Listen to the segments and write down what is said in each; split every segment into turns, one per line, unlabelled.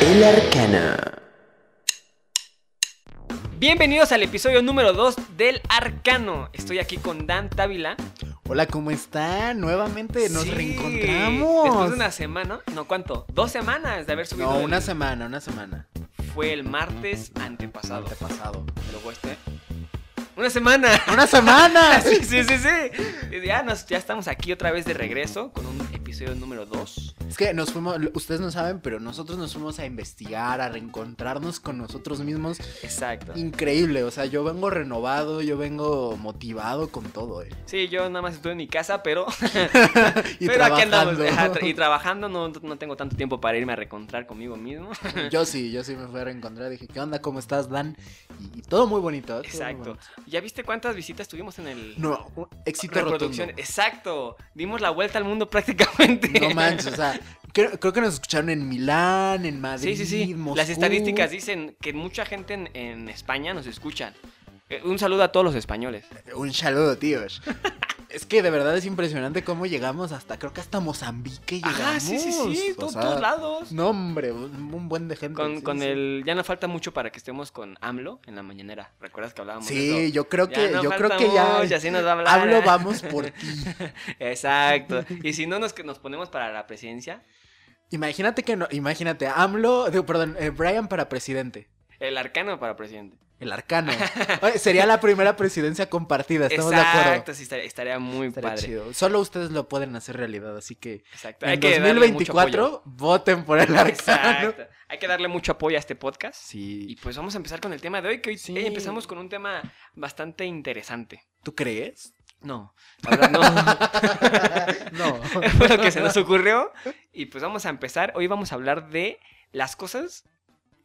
El Arcana.
Bienvenidos al episodio número 2 del Arcano. Estoy aquí con Dan Távila.
Hola, ¿cómo están? Nuevamente nos
Sí,
reencontramos.
Después de una semana, no, ¿cuánto? Dos semanas de haber subido.
No,
el-
una semana, una semana.
Fue el martes antepasado.
Antepasado.
Luego este. Una semana.
¡Una semana!
sí, sí, sí, sí. Ya, nos- ya estamos aquí otra vez de regreso con un episodio número 2.
Es que nos fuimos, ustedes no saben, pero nosotros nos fuimos a investigar, a reencontrarnos con nosotros mismos.
Exacto.
Increíble, o sea, yo vengo renovado, yo vengo motivado con todo, eh.
Sí, yo nada más estuve en mi casa, pero,
Y
pero aquí andamos.
trabajando.
ajá, tra- y trabajando, no, no tengo tanto tiempo para irme a reencontrar conmigo mismo.
Yo sí, yo sí me fui a reencontrar, dije, ¿qué onda? ¿Cómo estás, Dan? Y, y todo muy bonito. todo muy
Exacto.
bonito.
¿Ya viste cuántas visitas tuvimos en el
No, un éxito
reproducción?
rotundo.
Exacto. Dimos la vuelta al mundo prácticamente.
No manches, o sea, creo, creo que nos escucharon en Milán, en Madrid,
Sí, sí, sí.
Moscú.
Las estadísticas
Uh.
dicen que mucha gente en, en España nos escuchan. Eh, un saludo a todos los españoles.
Un saludo, tíos. Es que de verdad es impresionante cómo llegamos hasta, creo que hasta Mozambique llegamos.
Ajá, sí, sí, sí.
o
to-
sea,
todos lados.
No, hombre, un, un buen de gente.
Con,
sí,
con
sí.
el. Ya no falta mucho para que estemos con AMLO en la mañanera. ¿Recuerdas que hablábamos de
Sí,
eso?
yo creo
Ya
que,
no
yo creo
falta
que ya.
mucho, así nos va a hablar. ¿eh?
Hablo, vamos por ti.
Exacto. Y si no nos, que nos ponemos para la presidencia,
Imagínate que no, imagínate, AMLO, digo, perdón, eh, Brian para presidente.
el arcano para presidente.
El arcano. Oye, Sería la primera presidencia compartida, estamos de acuerdo.
Exacto, sí, estaría, estaría muy
Estaría
padre.
chido. Solo ustedes lo pueden hacer realidad, así que
Exacto.
en
darle mucho
2024
apoyo.
voten por el arcano.
Exacto. Hay que darle mucho apoyo a este podcast. Y
Sí.
pues vamos a empezar con el tema de hoy, que hoy
Sí.
eh, empezamos con un tema bastante interesante.
¿Tú crees?
No, la verdad no.
no.
Fue lo que se nos ocurrió. Y pues vamos a empezar. Hoy vamos a hablar de las cosas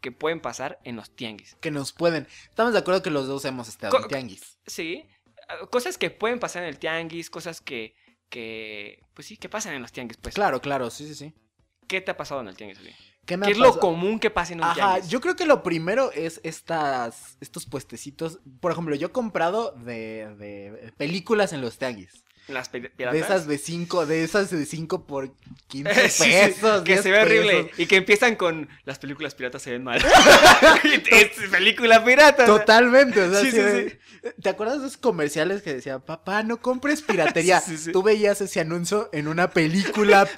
que pueden pasar en los tianguis.
que nos pueden. Estamos de acuerdo que los dos hemos estado
Co-
en tianguis.
Sí, ah, cosas que pueden pasar en el tianguis, cosas que, que pues sí, que pasan en los tianguis. Pues,
Claro, claro, sí, sí, sí.
¿Qué te ha pasado en el tianguis? Uli?
¿Qué, me
¿Qué
ha
es lo
pasado?
común que pasa en un
Ajá,
tianguis?
yo creo que lo primero es estas, estos puestecitos. Por ejemplo, yo he comprado de, de películas en los tianguis.
Las pi-
De
piratas.
esas de 5, de esas de 5 por 15
Sí,
pesos.
sí, que
10
se ve horrible
pesos.
y que empiezan con las películas piratas se ven mal. es película pirata. o sea,
Totalmente, o sea,
Sí,
así
sí,
de- ¿te acuerdas de esos comerciales que decían, papá, no compres piratería?
Sí, sí.
Tú veías ese anuncio en una película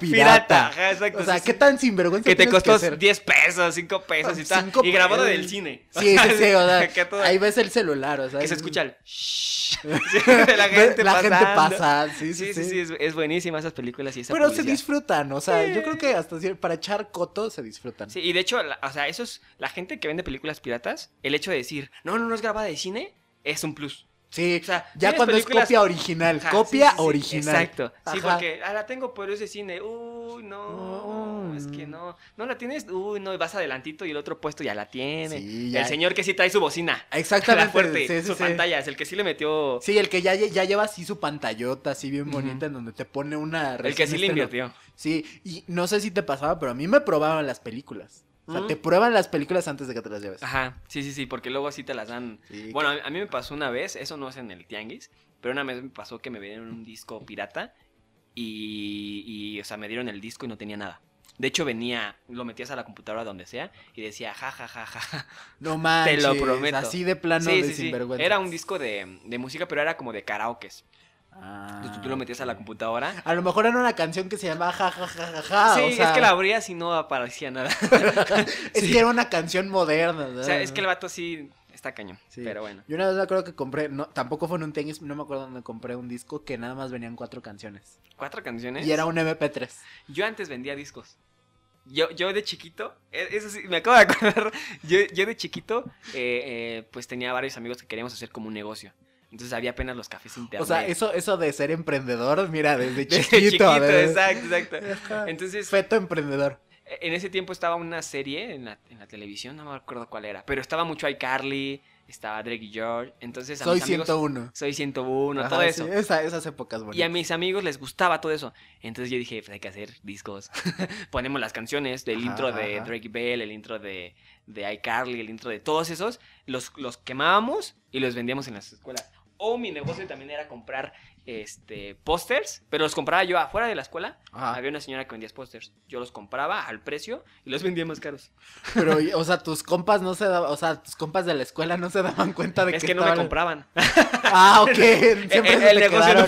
pirata.
pirata. Ajá, exacto,
O sea,
sí,
qué
sí.
tan sinvergüenza
que te
tienes
costó
ser?
10 pesos, 5 pesos y tal.
Cinco
Y grabado
pesos.
del cine.
Sí, sí, sí, o sea,
que todo-
ahí ves el celular, o sea.
que se
es-
escucha el shhh de la gente
la gente
pasando.
pasa, sí,
Sí, sí, sí, es, es buenísima esas películas y esa
Pero se
publicidad.
disfrutan, o sea,
Sí.
yo creo que hasta cier- para echar coto se disfrutan.
Sí, y de hecho, la- o sea, eso es la gente que vende películas piratas, el hecho de decir, "No, no, no es grabada de cine", es un plus.
Sí,
O sea,
ya
tienes
cuando
películas-
es copia original,
Ajá,
copia
sí, sí, sí,
original.
Exacto. Sí,
Ajá.
porque ah, la tengo, pero es de cine. Uy, no.
No.
Es que no. No la tienes. Uy, no. y Vas adelantito y el otro puesto ya la tiene.
Sí, ya.
El señor que sí trae su bocina.
Exactamente.
la fuerte.
sí, sí,
su
sí.
pantalla. Es el que sí le metió.
Sí, el que ya, lle- ya lleva así su pantallota, así bien
Ujú.
bonita, en donde te pone una...
el que
recién
sí le
estreno.
invirtió.
Sí, y no sé si te pasaba, pero a mí me probaban las películas. O sea,
Mm.
te prueban las películas antes de que te las lleves.
Ajá. Sí, sí, sí. Porque luego sí te las dan.
Sí,
Ah, Bueno, a, a mí me pasó una vez. Eso no es en el tianguis. Pero una vez me pasó que me vendieron un disco pirata. Y, y, o sea, me dieron el disco y no tenía nada. De hecho, venía, lo metías a la computadora donde sea y decía, ja, ja, ja, ja, ja.
No manches.
Te lo prometo.
Así de plano
Sí,
Ah, de
sí, sí.
sinvergüenza.
Era un disco de, de música, pero era como de karaokes.
Ah,
Entonces tú lo metías a la computadora.
A lo mejor era una canción que se llamaba ja ja ja ja ja.
sí,
Ah, o sea,
es que la abrías y no aparecía nada.
es que era una canción moderna.
o sea, es que el vato sí está cañón.
Ah. Sí.
Pero bueno.
Yo una vez me acuerdo que compré, no, tampoco fue en un tenis, no me acuerdo dónde compré un disco que nada más venían cuatro canciones.
Cuatro canciones.
Y era un MP3.
Yo antes vendía discos. Yo, yo de chiquito, eh, eso sí, me acabo de acordar. Yo, yo de chiquito, eh, eh, pues tenía varios amigos que queríamos hacer como un negocio. Entonces había apenas los cafés internet.
O sea, eso, eso de ser emprendedor, mira, desde
Desde
chiquito. de-
exacto, exacto.
Ajá.
Entonces,
Feto emprendedor.
E, En ese tiempo estaba una serie en la, en la televisión, no me acuerdo cuál era, pero estaba mucho iCarly, estaba Drake y George, entonces pues, a
Soy
mis amigos-
101.
soy 101,
Ajá,
todo
sí,
eso.
esa- esas épocas bonitas.
Y a mis amigos les gustaba todo eso. Entonces yo dije, pues hay que hacer discos. Ponemos las canciones del
Ajá,
intro de
ajá.
Drake Bell, el intro de, de iCarly, el intro de todos esos. Los, los quemábamos y los vendíamos en las escuelas. O mi negocio también era comprar este, pósters, pero los compraba yo afuera de la escuela.
Ajá.
Había una señora que vendía pósters. Yo los compraba al precio y los vendía más caros.
Pero, o sea, tus compas no se daban, o sea, tus compas de la escuela no se daban cuenta de
es que no me
estaban-
compraban.
Ah, ok.
El,
Siempre
el-
se
el
te
negocio no
quedaron.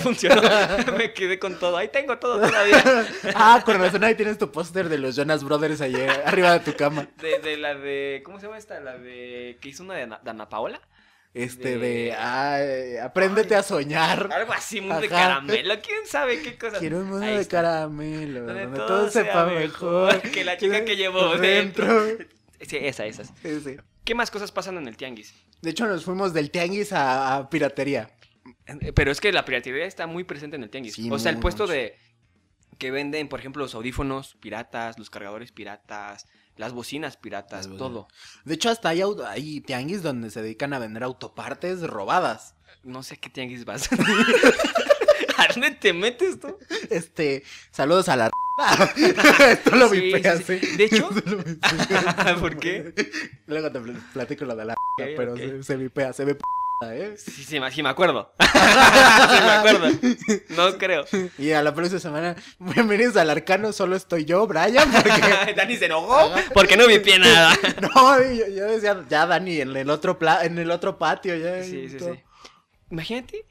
funcionó. me quedé con todo. Ahí tengo todo todavía.
Ah, con razón ahí tienes tu póster de los Jonas Brothers ahí eh, arriba de tu cama.
De, de la de. ¿Cómo se llama esta? La de. que hizo una de Ana, de Ana Paola.
Este
De-
de, ah, eh, apréndete a soñar.
Algo así, mundo de
Ajá.
caramelo. ¿Quién sabe qué cosa?
Quiero un mundo
Ahí
de
está.
caramelo,
Donde
donde,
todo
todo,
sea
sepa
mejor
mejor
que la chica que ¿eh? llevo Sí, esa, esas.
Ese.
¿Qué más cosas pasan en el tianguis?
De hecho, nos fuimos del tianguis a, a piratería.
Eh, Pero es que la piratería está muy presente en el tianguis.
Sí,
o sea, el
muy
puesto
mucho.
de que venden, por ejemplo, los audífonos piratas, los cargadores piratas, las bocinas
Las
piratas,
bocinas.
todo.
De hecho, hasta hay, auto- hay tianguis donde se dedican a vender autopartes robadas.
No sé a qué tianguis vas. ¿A dónde te metes tú?
Este, saludos a la Esto lo
Sí, sí,
vipeas,
sí.
¿eh?
De hecho-
Esto lo vipeas.
¿Por qué?
Luego te pl- platico lo de la
Ok,
pero
ok.
se, se vipea, se ve ¿eh?
Sí, sí, me, sí me acuerdo. sí me acuerdo. No creo.
Y a la próxima semana, bienvenidos al arcano, solo estoy yo, Brian, porque
Dani se enojó porque no vi pie nada.
no, yo, yo decía, ya Dani, en el otro pla- en el otro patio, ya.
Sí, sí,
todo.
sí. Imagínate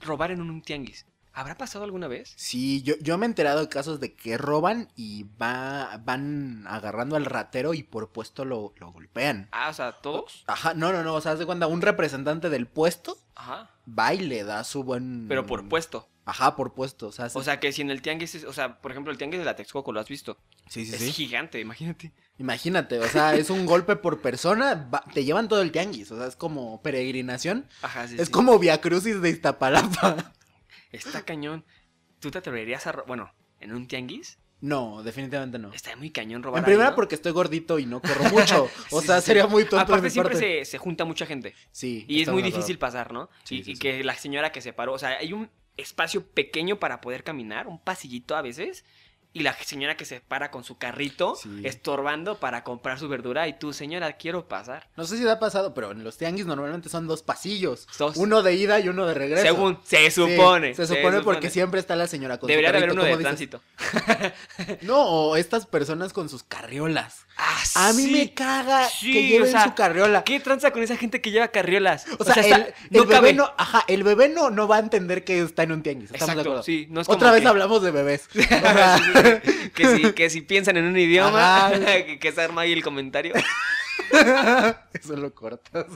robar en un tianguis. ¿Habrá pasado alguna vez?
Sí, yo, yo me he enterado de casos de que roban y va, van agarrando al ratero y por puesto lo, lo golpean.
Ah, o sea, todos.
Ajá, no, no, no, o sea, haz de cuenta, un representante del puesto
Ajá.
va y le da su buen...
Pero por puesto.
Ajá, por puesto, o sea,
O sea, que si en el tianguis es- o sea, por ejemplo, el tianguis de la Texcoco, lo has visto.
sí, sí,
es
sí.
gigante, imagínate.
Imagínate, o sea, es un golpe por persona, va- te llevan todo el tianguis, o sea, es como peregrinación,
Ajá, sí,
es
sí.
como Via Crucis de Iztapalapa.
Está cañón. ¿Tú te atreverías a ro- bueno, en un tianguis?
No, definitivamente no.
Está muy cañón robar.
En
ahí,
primera
¿no?
porque estoy gordito y no corro mucho, o
Sí,
sea,
sí, sí.
sería muy tonto de
Aparte
mi
siempre
parte.
se, se junta mucha gente
Sí.
y es
estamos
muy
de acuerdo.
difícil pasar, ¿no?
Sí,
y,
sí,
y
sí.
que la señora que se paró, o sea, hay un espacio pequeño para poder caminar, un pasillito a veces, y la señora que se para con su carrito
Sí.
estorbando para comprar su verdura y tú, señora, quiero pasar.
No sé si te ha pasado, pero en los tianguis normalmente son dos pasillos,
Sos-
uno de ida y uno de regreso.
según se
Sí,
supone.
se supone porque siempre está la señora con su
Debería de haber
carrito,
uno de
como dices.
tránsito.
No, o estas personas con sus carriolas.
Ah,
A mí
sí.
me caga
Sí,
que lleven
o sea,
su carriola.
¿Qué tranza con esa gente que lleva carriolas?
O sea,
está-
el,
no
el bebé
cabe.
no, ajá, el bebé no, no va a entender que está en un tianguis. Estamos de
Exacto,
acuerdo.
sí, no es
Otra
como
vez
que-
hablamos de bebés. O sea,
Sí, sí, sí. que, si, que si piensan en un idioma,
Ajá.
que, que se arma ahí el comentario.
Eso lo cortas.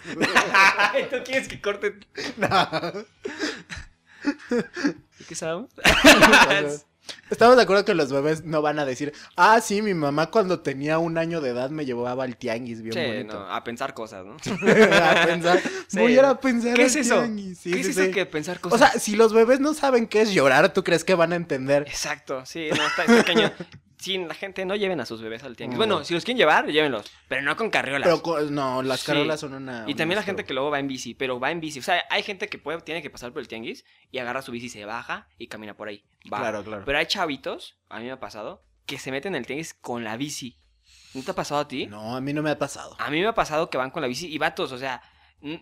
Ay, ¿Tú quieres que corte?
No.
¿Y ¿Qué sabemos?
Estamos de acuerdo que los bebés no van a decir, ah, sí, mi mamá cuando tenía un año de edad me llevaba al tianguis bien
Che,
bonito.
no, a pensar cosas, ¿no?
a pensar,
Sí.
voy a ir a pensar
¿Qué
al
es eso?
tianguis. Sí,
¿Qué
sí,
es eso
sí.
que pensar
O
cosas?
sea, si los bebés no saben qué es llorar, ¿tú crees que van a entender?
Exacto, sí, no, está, está cañón. Sí, la gente no lleven a sus bebés al tianguis.
No.
Bueno, si los quieren llevar, llévenlos, pero no con carriolas.
Pero co- no, las
Sí.
carolas son una...
y
una
también la gente
estorbo.
que luego va en bici, pero va en bici. O sea, hay gente que puede, tiene que pasar por el tianguis y agarra su bici, se baja y camina por ahí. Va.
Claro, claro.
Pero hay chavitos, a mí me ha pasado, que se meten en el tianguis con la bici. ¿No te ha pasado a ti?
No, a mí no me ha pasado.
A mí me ha pasado que van con la bici y vatos, o sea, mm,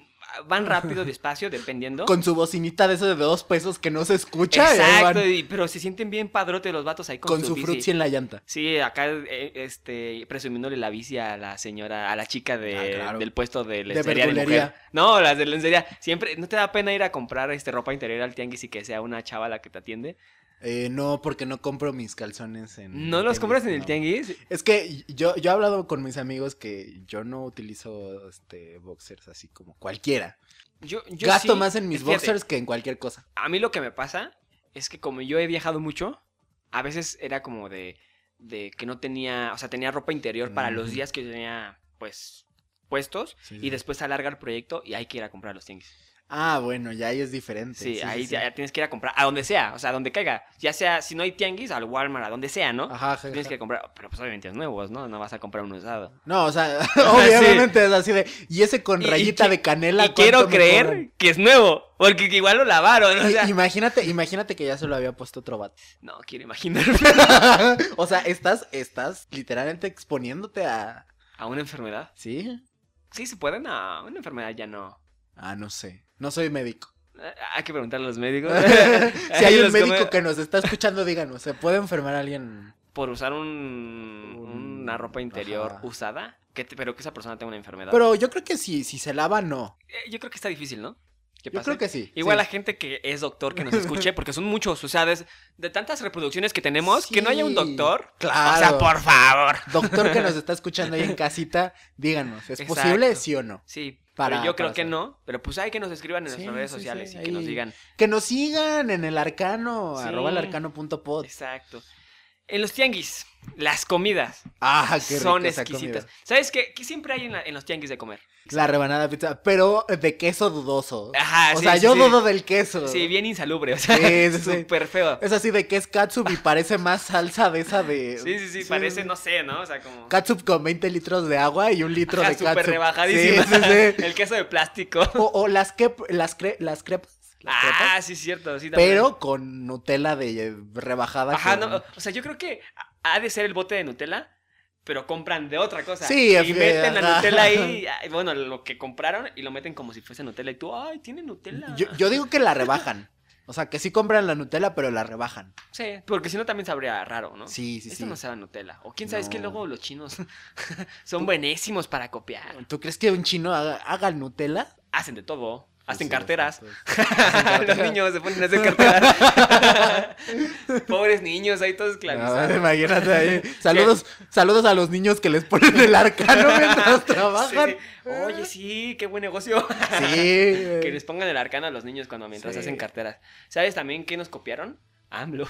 van rápido, despacio, dependiendo.
Con su bocinita de esos de dos pesos que no se escucha. y ahí van
Exacto, y- pero se sienten bien padrote los vatos ahí con,
con su
bici.
frutzi en la llanta.
Sí, acá eh, este presumiéndole la bici a la señora, a la chica de-
Ah, claro.
del puesto de
De
lencería de, mujer.
verdulería.
No, las de lencería. Siempre, ¿no te da pena ir a comprar este ropa interior al tianguis y que sea una chava la que te atiende?
Eh, no, porque no compro mis calzones en...
¿No los compras en el
Mm, no.
tianguis?
Es que yo, yo he hablado con mis amigos que yo no utilizo este boxers así como cualquiera.
Yo, yo
Gasto
sí,
más en mis
fíjate,
boxers que en cualquier cosa.
A mí lo que me pasa es que como yo he viajado mucho, a veces era como de, de que no tenía, o sea, tenía ropa interior para los
Ujú.
días que yo tenía, pues, puestos y después se alarga el proyecto y hay que ir a comprar a los tianguis.
Ah, bueno, ya ahí es diferente.
Sí, ahí
sí.
ya ya tienes que ir a comprar, a donde sea, o sea, a donde caiga. Ya sea, si no hay tianguis, al Walmart, a donde sea, ¿no?
Ajá, ajá,
Tienes
ajá.
que comprar, pero pues obviamente es nuevos, ¿no? No vas a comprar uno usado.
No, o sea, obviamente es así de. Y ese con
Y- y
rayita
qui-
de canela.
y quiero
¿cuánto me
creer
cobran?
que es nuevo, porque que igual lo lavaron, o
I-
sea.
Imagínate, imagínate que ya se lo había puesto otro vato.
No, quiero imaginarme.
o sea, estás, estás literalmente exponiéndote a.
¿A una enfermedad?
¿Sí?
Sí, se pueden, a una enfermedad ya no.
Ah, no sé. No soy médico.
Hay que preguntarle a los médicos.
si hay un
Los que
médico
me-
que nos está escuchando, díganos, ¿se puede enfermar alguien?
Por usar un-
Un-
una ropa interior
ajá.
usada, que te- pero que esa persona tenga una enfermedad.
Pero yo creo que si, si se lava, no.
Eh, Yo creo que está difícil, ¿no? Que
Yo
pase.
creo que sí.
Igual la
sí.
gente que es doctor que nos escuche, porque son muchos, o sea, des- de tantas reproducciones que tenemos, que no haya un
Sí,
doctor.
Claro.
O sea, por favor.
Doctor que nos está escuchando ahí en casita, díganos, ¿es
Exacto.
posible sí o no?
Sí,
Para-
pero yo creo
para
que
saber.
no, pero pues hay que nos escriban en
Sí,
nuestras redes
sí,
sociales
sí,
y que nos
ahí.
digan.
Que nos sigan en el arcano,
Sí.
arroba arcano.pod.
Exacto. En los tianguis, las comidas
Ah, qué rico
son
esa
exquisitas.
comida.
¿Sabes qué? ¿Qué siempre hay en, la- en los tianguis de comer?
La rebanada de pizza, pero de queso dudoso.
Ajá,
o
Ah, sí,
sea,
sí,
yo
sí.
dudo del queso.
Sí, bien insalubre, o sea,
Sí, sí, sí.
súper feo.
Es así de que es katsup y parece más salsa de esa de.
Sí, sí, sí, parece, no sé, ¿no? O sea, como...
Katsup con 20 litros de agua y un litro
Ajá,
de
súper
katsup.
rebajadísima.
Sí, sí, sí.
El queso de plástico.
O, o las, que, las, cre- las crepas. las
Ah,
crepas,
sí, cierto. Sí, también.
pero con Nutella de eh, rebajada.
Ajá,
con-
no, o sea, yo creo que ha de ser el bote de Nutella, pero compran de otra cosa.
Sí,
y
es que,
meten la
ajá.
Nutella ahí, ay, bueno, lo que compraron y lo meten como si fuese Nutella y tú, ay, tiene Nutella.
Yo, yo digo que la rebajan. O sea, que sí compran la Nutella, pero la rebajan.
Sí, porque si no también sabría raro, ¿no?
Sí, sí,
Oh, Esto
sí.
no sabe a Nutella. O quién sabe, es que
No.
luego los chinos son buenísimos para copiar.
¿Tú crees que un chino haga, haga Nutella?
Hacen de todo. Hacen
Sí,
carteras.
sí, sí.
Los niños se ponen a hacer carteras. Pobres niños, ahí todos esclavizados.
No, Ah, imagínate ahí. Saludos, saludos a los niños que les ponen el arcano mientras trabajan.
Sí, sí. Oye, sí, qué buen negocio.
Sí.
Que
eh.
les pongan el arcano a los niños cuando mientras
Sí.
hacen carteras. ¿Sabes también qué nos copiaron? AMLO.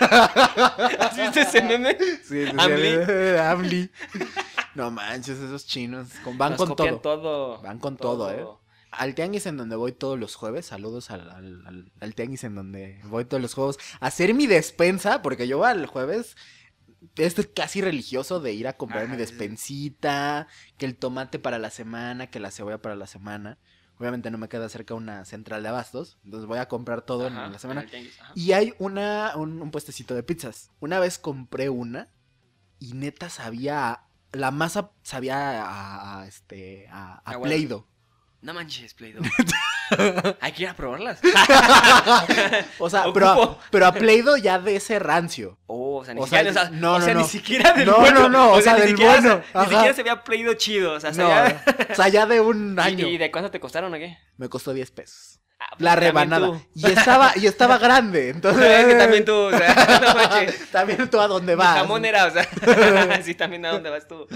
¿Has visto ese meme?
Sí, sí, sí.
Amli.
Amli. No manches, esos chinos. Con, van
Nos
con
copian
todo.
todo.
Van con todo, eh. Al tianguis en donde voy todos los jueves. Saludos al, al- al- al tianguis en donde voy todos los jueves. A Hacer mi despensa, porque yo al jueves. Es casi religioso de ir a comprar
Ajá,
mi
sí, sí.
despensita, que el tomate para la semana, que la cebolla para la semana. Obviamente no me queda cerca una central de abastos, entonces voy a comprar todo
Ajá,
en la semana.
en el Ah. tianguis, ajá.
Y hay una, un, un puestecito de pizzas. Una vez compré una y neta sabía. La masa sabía a, a, este, a, a
Aguada.
Play-Doh.
No manches, Play-Doh. Hay que ir a probarlas.
O sea,
Ocupo.
pero a, pero a Play-Doh ya de ese rancio.
Oh, o sea, ni
O
siquiera,
sea,
o sea,
no,
o
no,
sea,
no.
ni siquiera del
No,
bueno.
no, no, o sea,
ni
del
siquiera se-
bueno,
Ni
ajá.
siquiera se había Play-Doh chido. O sea, se
No,
había-
o sea, ya de un
¿Y-
año.
¿Y de cuánto te costaron o qué?
Me costó 10 pesos.
Ah, pues,
La
también
rebanada.
tú.
Y estaba, y estaba grande. Entonces.
Es que también tú, o sea, no manches.
También tú a dónde
Mi
vas.
jamón era, o sea, sí, también a dónde vas tú.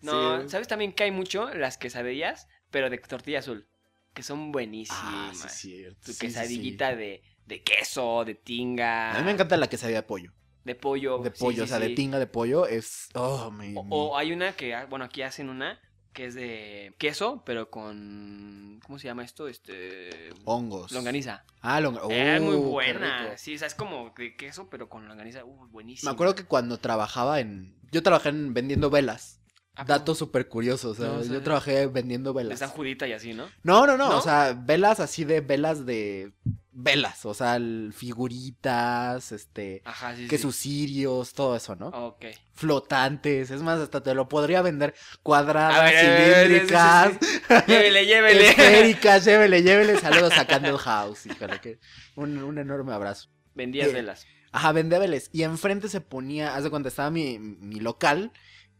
No,
Sí.
¿sabes también que hay mucho? Las quesadillas, pero de tortilla azul, que son
Ah,
buenísimas.
sí, cierto.
Tu
Sí, sí, sí.
quesadillita De, de queso, de tinga,
A mí me encanta la quesadilla de pollo.
de pollo.
De
sí,
pollo,
sí,
o sea, de
sí.
tinga de pollo es. Oh, mi.
O,
mi-
o hay una que, ah, bueno, aquí hacen una que es de queso, pero con, ¿cómo se llama esto? Este...
Hongos.
Longaniza. Eh,
Ah, longaniza.
es muy buena. Sí, o sea, es como de queso, pero con longaniza. Uh, buenísimo.
Me acuerdo que cuando trabajaba en. Yo trabajé en vendiendo velas.
Ah,
Dato súper curioso. O sea,
No, o sea,
yo trabajé vendiendo
De
velas.
San Judita y así, ¿no?
No, no, no,
¿No?
O sea, velas así de velas de. Velas. O sea, el- figuritas, este.
Ajá, Ah, sí,
Que
sí. Oh.
sus cirios, todo eso, ¿no?
Ok.
Flotantes. Es más, hasta te lo podría vender cuadradas,
A ver, a ver, a ver,
cilíndricas.
sí, sí, sí. Llévele, llévele.
Esféricas, llévele, llévele. Saludos a Candle House, híjole, que un, un enorme abrazo.
Vendías velas.
Ajá, vendébeles. Y enfrente se ponía, hace cuando estaba mi, mi local,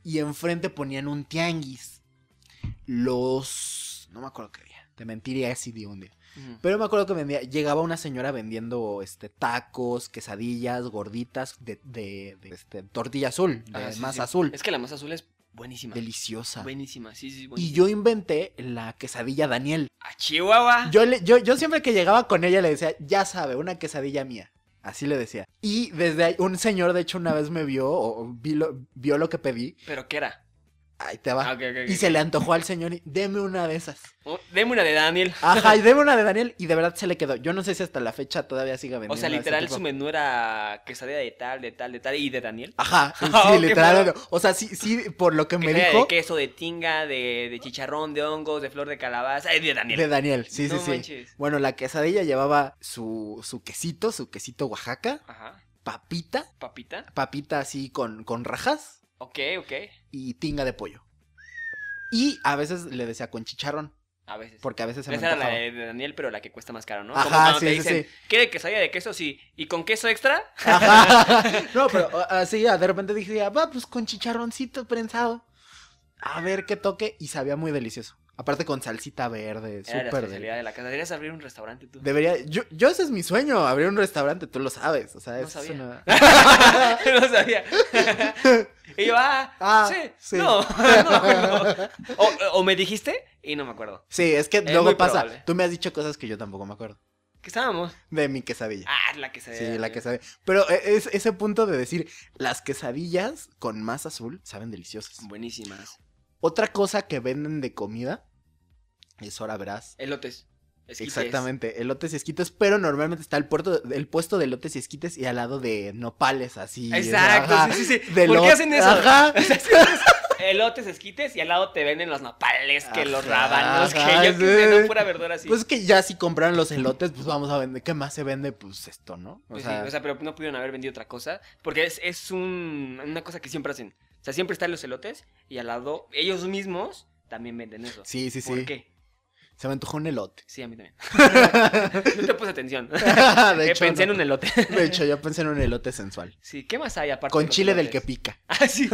y enfrente ponían un tianguis. Los. No me acuerdo qué día. Te mentiría si di un día.
Ujú.
Pero me acuerdo que vendía, llegaba una señora vendiendo este, tacos, quesadillas, gorditas de, de- de, este, tortilla azul, de
Ah, sí,
masa
sí.
azul.
Es que la masa azul es buenísima.
Deliciosa.
Buenísima, sí, sí,
Y
buenísima.
yo inventé la quesadilla Daniel.
A Chihuahua.
Yo, le- yo, yo siempre que llegaba con ella le decía, ya sabe, una quesadilla mía. Así le decía. Y desde ahí, un señor, de hecho, una vez me vio, o o vi lo- vio lo que pedí.
¿Pero qué era?
Ahí te va.
Ah, ok, ok, ok.
Y se le antojó al señor y, deme una de esas.
Oh, Deme una de Daniel.
Ajá, y deme una de Daniel. Y de verdad se le quedó. Yo no sé si hasta la fecha todavía siga vendiendo.
O sea,
ese
literal,
tipo.
su menú era quesadilla de tal, de tal, de tal. ¿Y de Daniel?
Ajá, sí,
Oh, qué
literal. O sea, sí, sí, por lo que me
Quesadilla
dijo.
De queso, de tinga, de, de chicharrón, de hongos, de flor de calabaza. Es de Daniel.
De Daniel, sí,
No
sí, sí.
manches.
Bueno, la quesadilla llevaba su, su quesito, su quesito Oaxaca,
Ajá.
papita,
Papita.
papita así con, con rajas.
Ok, ok.
y tinga de pollo. Y a veces le decía con chicharrón.
A veces.
Porque a veces se me
Esa era la
antojaba.
de de Daniel, pero la que cuesta más caro, ¿no?
Ajá,
Como cuando
sí,
te
sí,
dicen,
sí.
¿quiere quesadilla de queso? Sí. ¿Y con queso extra?
Ajá. No, pero o- así, ya, de repente dije, ya, va, pues con chicharroncito prensado. A ver qué toque. Y sabía muy delicioso. Aparte con salsita verde,
Era
súper
la especialidad
delicioso.
de la casa. Deberías abrir un restaurante tú.
Debería, yo, yo ese es mi sueño, abrir un restaurante, tú lo sabes. O sea,
No
es
sabía.
una-
no sabía. y yo, ah,
Ah,
sí,
sí.
No, no me acuerdo. O, o me dijiste y no me acuerdo.
Sí, es que
Es muy
luego pasa.
probable.
Tú me has dicho cosas que yo tampoco me acuerdo.
¿Qué estábamos?
De mi quesadilla.
Ah, la quesadilla.
Sí, la quesadilla. Pero e- es ese punto de decir, las quesadillas con más azul saben deliciosas.
Buenísimas.
Otra cosa que venden de comida es ahora verás.
Elotes. esquites.
Exactamente, elotes y esquites, pero normalmente está el, puerto, el puesto de elotes y esquites y al lado de nopales, así. o sea,
Exacto,
ajá,
sí, sí, sí.
de
¿Por qué
lo-
hacen eso?
Ajá.
Elotes, esquites y al lado te venden los nopales, que los
Ajá,
rábanos, que
ajá,
yo qué sé,
sí.
no pura verdura así.
Pues es que ya si compraron los elotes, pues vamos a vender. ¿Qué más se vende? Pues esto, ¿no?
Pues sí, o sea, pero no pudieron haber vendido otra cosa. Porque es, es un- una cosa que siempre hacen. O sea, siempre están los elotes y al lado ellos mismos también venden eso.
sí, sí,
¿Por
sí.
qué?
Se me antojó un elote.
Sí, a mí también. no te puse atención.
de
Eh,
hecho,
pensé
no.
en un elote.
De hecho, yo pensé en un elote sensual.
Sí, ¿qué más hay aparte? de
Con
los
chile del que
elotes?
pica.
Ah, sí.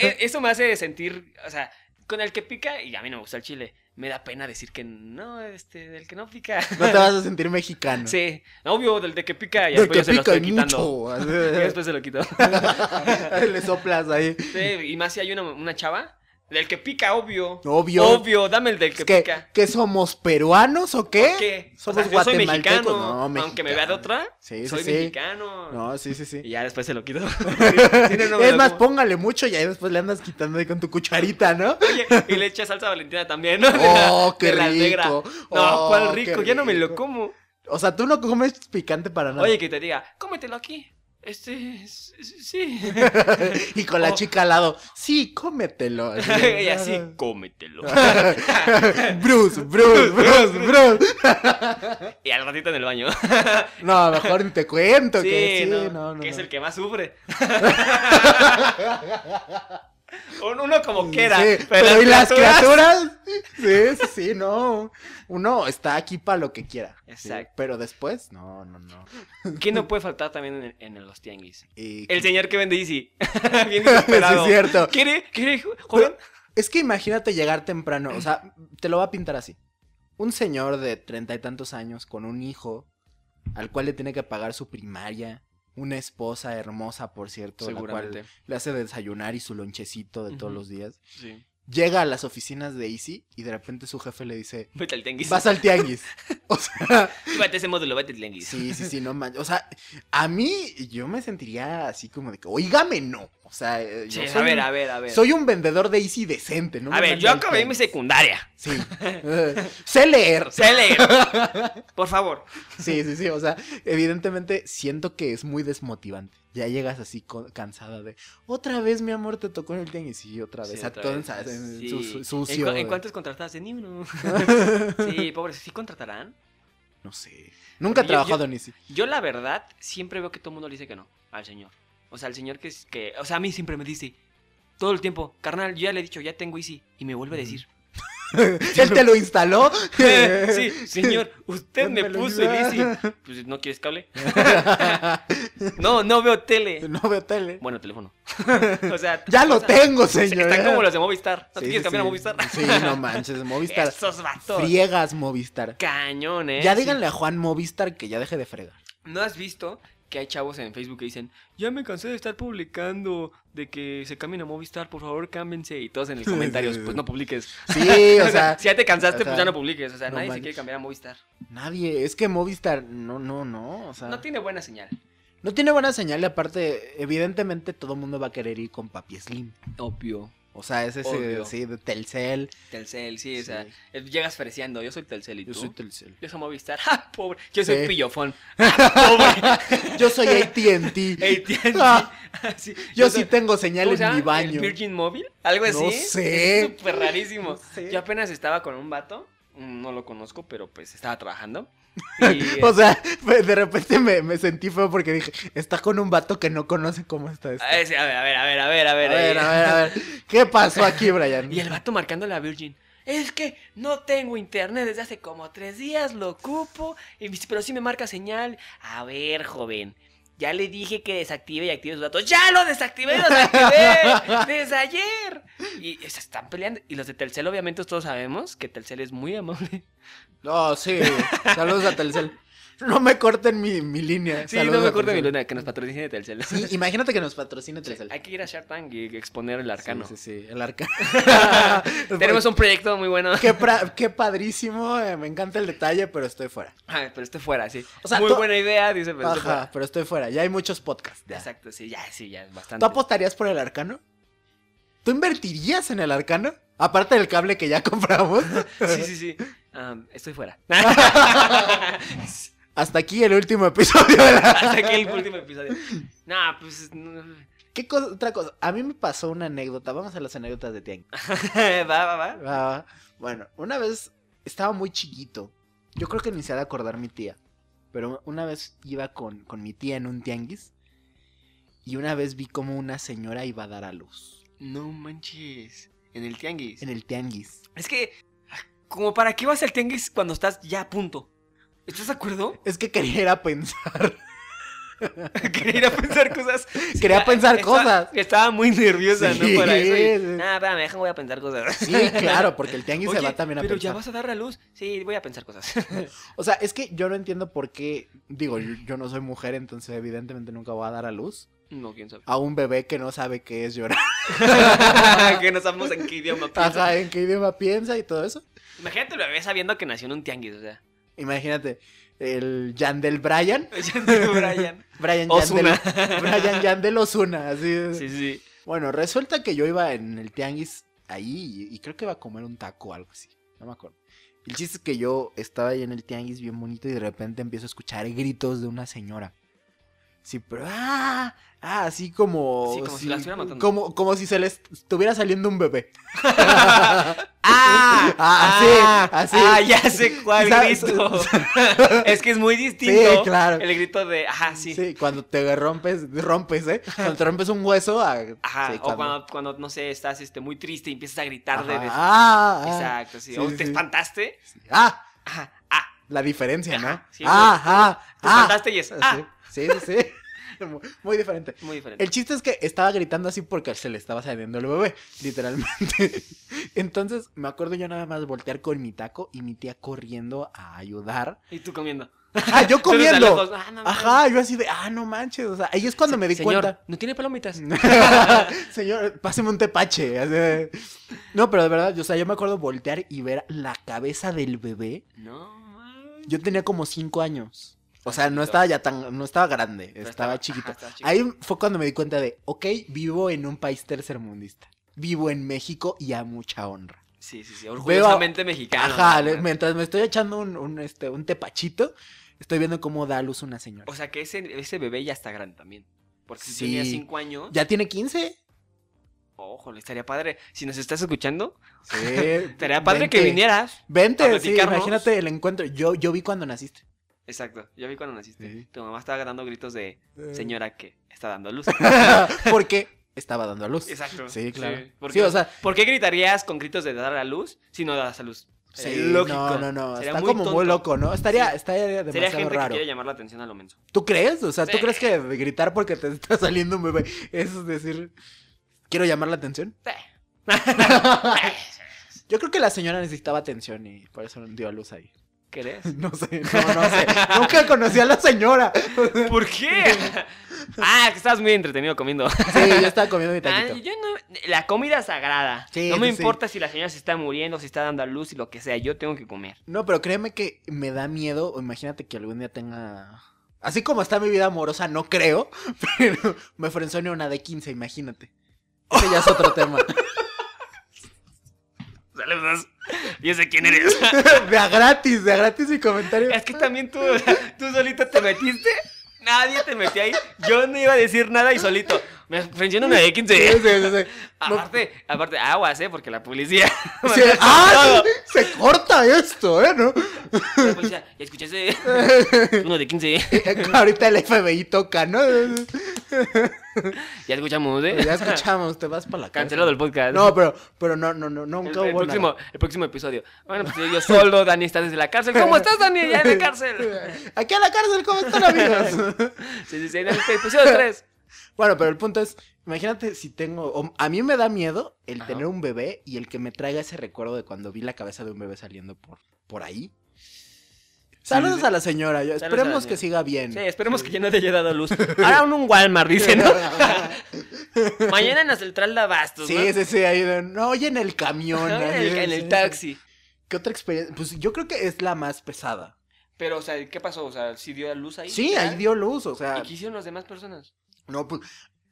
E- Eso me hace sentir, o sea, con el que pica, y a mí no me gusta el chile, me da pena decir que no, este, del que no pica.
No te vas a sentir mexicano.
Sí, obvio, del de que pica, y
Del
después
que
yo se lo
pica
estoy
y
quitando.
mucho.
Y después se lo quito.
Le soplas ahí.
Sí, y más si hay una, una chava, del que pica, obvio.
Obvio.
Obvio, dame el del que
Es que,
pica.
¿qué somos peruanos o qué?
¿Por qué?
Somos
yo soy
guatemaltecos,
mexicano,
no,
aunque me vea de
mexicano.
otra,
Sí, sí,
soy
sí.
mexicano.
No, sí, sí, sí.
Y ya después se lo quito.
es más, póngale mucho y ahí después le andas quitando ahí con tu cucharita, ¿no?
Oye, y le echa salsa valentina también, ¿no? De la-
¡Oh, qué
de la negra.
rico!
No,
Oh,
cuál
qué
rico, ya no me lo
rico.
como.
O sea, tú no comes picante para nada.
Oye, que te diga, cómetelo aquí. Este, s- s- sí.
y con la
oh.
chica al lado, sí, cómetelo.
y así, cómetelo.
Bruce, Bruce, Bruce, Bruce.
y al ratito en el baño.
No, mejor ni te cuento.
Sí,
que sí,
no,
no, no,
que es
no.
el que más sufre. Un- Uno como queda.
Sí, pero ¿y las criaturas? Sí, sí, sí, no. Uno está aquí para lo que quiera. sí,
Exacto.
pero después, no, no, no.
¿Quién no puede faltar también en, en los tianguis?
Y-
El señor que vende Easy. Bien
Sí, es
desesperado.
cierto.
¿Quiere, quiere, joven?
Es que imagínate llegar temprano, o sea, te lo va a pintar así. Un señor de treinta y tantos años con un hijo al cual le tiene que pagar su primaria, una esposa hermosa, por cierto, la cual
Seguramente.
le hace desayunar y su lonchecito de todos
Ujú.
los días.
Sí.
Llega a las oficinas de Easy y de repente su jefe le dice,
Vete al tianguis.
vas al tianguis. O sea,
Vete a ese módulo, vete al tianguis.
Sí, sí, sí, no manches. O sea, a mí yo me sentiría así como de que, oígame, no. O sea, eh, yo
Sí,
soy,
a ver,
un,
a ver, a ver.
soy un vendedor de Easy decente, ¿no?
a
me
ver,
mande
yo
al
acabé mi
tianguis.
secundaria.
Sí. Eh, sé leer.
Sé leer. Por favor.
Sí, sí, sí. O sea, evidentemente siento que es muy desmotivante. Ya llegas así co- cansada de, otra vez, mi amor, te tocó en el tianguis. Y otra vez,
Sí, otra vez.
atonsa, eh,
Sí.
su- su-
¿En,
sucio. eh.
cu- en cuántos contrataste? Ni uno. sí, pobres, ¿sí contratarán?
No sé. Nunca he
Yo-
trabajado
yo-
en Easy.
Yo, la verdad, siempre veo que todo el mundo le dice que no al señor. O sea, al señor que, es- que. O sea, a mí siempre me dice todo el tiempo, carnal, yo ya le he dicho, ya tengo Easy. Y me vuelve a decir,
Él te lo instaló.
"Eh, sí, señor, usted
Él
me
lo
puso el Easy.
instaló.
Pues, ¿no quieres cable? No, no veo tele.
No veo tele.
Bueno, teléfono. o sea,
Ya lo
o sea,
tengo,
se-
señor.
Están
ya.
como los de Movistar. ¿No te
Sí,
quieres
sí, sí.
cambiar a Movistar?
Sí, no manches, Movistar.
Esos vatos.
Friegas Movistar.
Cañón, eh.
Ya
Sí.
díganle a Juan Movistar que ya deje de fregar.
¿No has visto que hay chavos en Facebook que dicen, ya me cansé de estar publicando de que se cambien a Movistar, por favor cámbiense? Y todos en los comentarios, pues no publiques.
Sí, o sea,
si ya te cansaste,
o sea,
pues ya no publiques. O sea,
no
nadie se
manches.
quiere cambiar a Movistar.
nadie. Es que Movistar, no, no, no. O sea,
No tiene buena señal.
no tiene buena señal. Y aparte, evidentemente, todo el mundo va a querer ir con Papi Slim.
Obvio.
O sea, es ese,
Obvio.
sí, de Telcel.
Telcel, sí, o sea,
Sí,
eh, llegas freciando. Yo soy Telcel y tú.
yo soy Telcel.
Yo soy Movistar. ¡Ah, pobre! Yo soy
Sí.
Pillofón. ¡Ah,
Yo soy ATT.
pobre! AT&T.
Ah,
Sí,
yo
soy-
sí tengo señal
¿Cómo se
en mi
llama? Eh, ¿El
baño.
Virgin Mobile? ¿Algo así?
No sé.
Es súper rarísimo.
No sé.
Yo apenas estaba con un vato, mm, no lo conozco, pero pues estaba trabajando. Y,
O sea, fue- de repente me, me sentí feo porque dije, está con un vato que no conoce cómo está esto.
ah, a ver, a ver, a ver, a ver, a ver.
A ver,
eh,
a ver, a ver. ¿Qué pasó aquí, Brian?
Y el vato marcando a la Virgin. es que no tengo internet desde hace como tres días, lo ocupo, y me dice, pero sí me marca señal. A ver, joven, ya le dije que desactive y active sus datos. ¡Ya lo desactivé y lo desactivé! ¡Desde ayer! Y se están peleando. Y los de Telcel, obviamente, todos sabemos que Telcel es muy amable.
No, sí. Saludos a Telcel. No me corten mi, mi línea.
Sí,
Saludos
no me
a
acuerdo de mi
Telcel.
luna, que nos patrocine Telcel.
Sí, imagínate que nos patrocine Telcel.
Hay que ir a Shark Tank y exponer el arcano.
Sí, sí, sí, el arcano. Pues,
Tenemos un proyecto muy bueno.
Qué, pra- qué padrísimo, eh, me encanta el detalle, pero estoy fuera.
Ay, pero este fuera, sí.
O sea,
muy
tú-
buena idea, dice, pero este
Ajá, pero estoy fuera. Ya hay muchos podcasts. ya.
fuera. Exacto, sí, ya, sí, ya, bastante.
¿Tú apostarías por el arcano? ¿Tú invertirías en el arcano? Aparte del cable que ya compramos.
Sí, sí, sí. Am, estoy fuera.
Hasta aquí el último episodio. de la-
Hasta aquí el último episodio. No, pues. no.
¿Qué cosa- otra cosa? A mí me pasó una anécdota. Vamos a las anécdotas de
Ah.
Tianguis.
va, va, va.
Ah, bueno, una vez estaba muy chiquito. Yo creo que ni se ha de acordar mi tía. Pero una vez iba con, con mi tía en un tianguis. Y una vez vi como una señora iba a dar a luz.
No manches. En el tianguis.
En el tianguis.
Es que. Como para qué vas al tianguis cuando estás ya a punto. ¿Estás de acuerdo?
Es que quería ir a pensar.
Quería ir a pensar cosas.
Quería
Ya,
pensar
ah, estaba-
cosas.
Estaba muy nerviosa,
Sí,
¿no? Para eso. y,
sí.
Nah, Ah, espérame, déjame, voy a pensar cosas.
Sí, claro, porque el tianguis se
Oye,
va también a
pero
pensar.
ya vas a dar la luz. Sí, voy a pensar cosas.
O sea, es que yo no entiendo por qué. Digo, yo, yo no soy mujer, entonces evidentemente nunca voy a dar a luz
no, quién sabe.
a un bebé que no sabe qué es llorar.
que no sabemos en qué idioma piensa.
Ajá, en qué idioma piensa y todo eso.
Imagínate lo bebé sabiendo que nació en un tianguis, o sea.
Imagínate, el Yandel Brian.
Brian.
Brian
Ozuna.
Yandel. Brian Yandel Osuna, así.
Sí, sí.
Bueno, resulta que yo iba en el tianguis ahí y, y creo que iba a comer un taco o algo así. No me acuerdo. El chiste es que yo estaba ahí en el tianguis bien bonito y de repente empiezo a escuchar gritos de una señora. Sí, pero ¡ah! ah, así como.
Sí, como si la estuviera matando.
Como, como si se le est- estuviera saliendo un bebé.
¡Ah!
Ah, sí, así.
Ah, ya sé cuál
¿Sabes?
grito. es que es muy
Sí,
distinto.
claro.
El grito de, ajá, ah, sí.
Sí, cuando te rompes, rompes, ¿eh? Cuando te rompes un hueso. ah,
Ajá,
sí,
o cuando, cuando, no sé, estás este, muy triste y empiezas a gritar de...
Ajá,
des-
ah, ah,
Exacto, sí.
sí,
o
sí,
te
sí.
espantaste.
ah,
Ajá, ah.
la diferencia, ¿no?
Ajá, sí,
ah, ah,
Te
ah.
espantaste y es,
Sí,
ah.
Sí, sí, sí. Muy- Muy diferente.
Muy diferente.
El chiste es que estaba gritando así porque se le estaba saliendo el bebé, literalmente. Entonces me acuerdo yo nada más voltear con mi taco y mi tía corriendo a ayudar.
Y tú comiendo.
Ajá, yo
Tú desde lejos,
comiendo.
ah, no, no.
Ajá, yo así de, ah, no manches. O sea, ahí es cuando me di
Señor,
cuenta.
no tiene palomitas.
Señor, páseme un tepache. así de- No, pero de verdad, yo- o sea, yo me acuerdo voltear y ver la cabeza del bebé.
No, man.
Yo tenía como cinco años. O sea, no estaba ya tan, no estaba grande,
Pero
estaba
ajá,
chiquito.
estaba chiquito.
Ahí fue cuando me di cuenta de, ok, vivo en un país tercermundista. Vivo en México y a mucha honra.
Sí, sí, sí. Orgullosamente mexicano.
Ajá,
¿no?
le- mientras me estoy echando un, un, este, un tepachito, estoy viendo cómo da a luz una señora.
O sea que ese, ese bebé ya está grande también. Porque si
Sí.
tenía 5 años,
¿Ya tiene 15?
ojo, le estaría padre. Si nos estás escuchando,
Sí.
estaría padre que
vente.
vinieras. A
Vente, sí,
platicarnos.
imagínate el encuentro. Yo, yo vi cuando naciste.
Exacto, yo vi cuando naciste.
Sí.
Tu mamá estaba dando gritos de señora que está dando a luz.
Porque estaba dando a luz.
Exacto.
Sí, claro.
¿Por,
Sí,
qué,
o sea-
por qué gritarías con gritos de dar a luz si no das a luz?
Sí,
Sería lógico.
No, no, no.
Sería
está
muy
como muy
tonto.
loco, ¿no? Estaría, estaría demasiado
Sería gente
raro.
que quiere llamar la atención a lo menso.
¿Tú crees? O sea, ¿tú
Sí.
crees que gritar porque te está saliendo un bebé es decir, quiero llamar la atención? Yo creo que la señora necesitaba atención y por eso dio a luz ahí.
¿Querés?
No sé, no, no sé. Nunca conocí a la señora.
¿Por qué? ah, que estás muy entretenido comiendo.
Sí, yo estaba comiendo mi
Ah,
taquito.
yo no- la comida sagrada.
Sí,
no me
sí, sí.
importa si la señora se está muriendo, si está dando a luz y lo que sea. Yo tengo que comer.
No, pero créeme que me da miedo. o Imagínate que algún día tenga. Así como está mi vida amorosa, no creo. Pero me frenzone una de 15, imagínate. Ese ya es otro tema.
Saludos. Yo sé quién eres.
De a gratis, de a gratis y comentario.
es que también tú, tú solito te metiste. Nadie te metió ahí. Yo no iba a decir nada y solito. Me ofreció una de
Sí,
15.
sí, sí, sí. No-
Ah, Aparte, aparte, aguas, ¿eh? Porque la policía.
ah, Sí, ¡Ah! Se, se corta esto, ¿eh? ¿No?
La policía, ¿ya escuchaste? Uno de ¿eh? 15.
Ahorita el FBI toca, ¿no?
Ya escuchamos, ¿eh?
Ya escuchamos, te vas para la cárcel.
Cancelado el podcast.
No, pero, pero no, no, no,
El,
nunca
el
hubo
próximo, el próximo episodio. Bueno, pues yo solo, Dani está desde la cárcel. ¿Cómo estás, Dani? Ya en la cárcel.
nada. Aquí a la cárcel, ¿cómo están, amigos?
Sí, sí, sí, en el episodio 3.
bueno, pero el punto es, imagínate si tengo... o- a mí me da miedo el
Ajá.
tener un bebé y el que me traiga ese recuerdo de cuando vi la cabeza de un bebé saliendo por, por ahí. Saludos
sí.
a la señora, yo-
Saludos a la
esperemos que
señora.
siga bien.
Sí, esperemos que ya no te haya dado luz. Ahora un, un Walmart, dice, ¿no? Mañana en la central de abastos, Pues, ¿no?
Sí, sí, sí, ahí de, no, oye en el camión.
Ahora En
ahí,
el, en el
sí.
taxi.
¿Qué otra experiencia? Pues yo creo que es la más pesada.
Pero, o sea, ¿qué pasó? O sea, ¿sí dio luz ahí?
Sí, ahí dio luz, o sea,
¿Y qué hicieron las demás personas?
no, pues,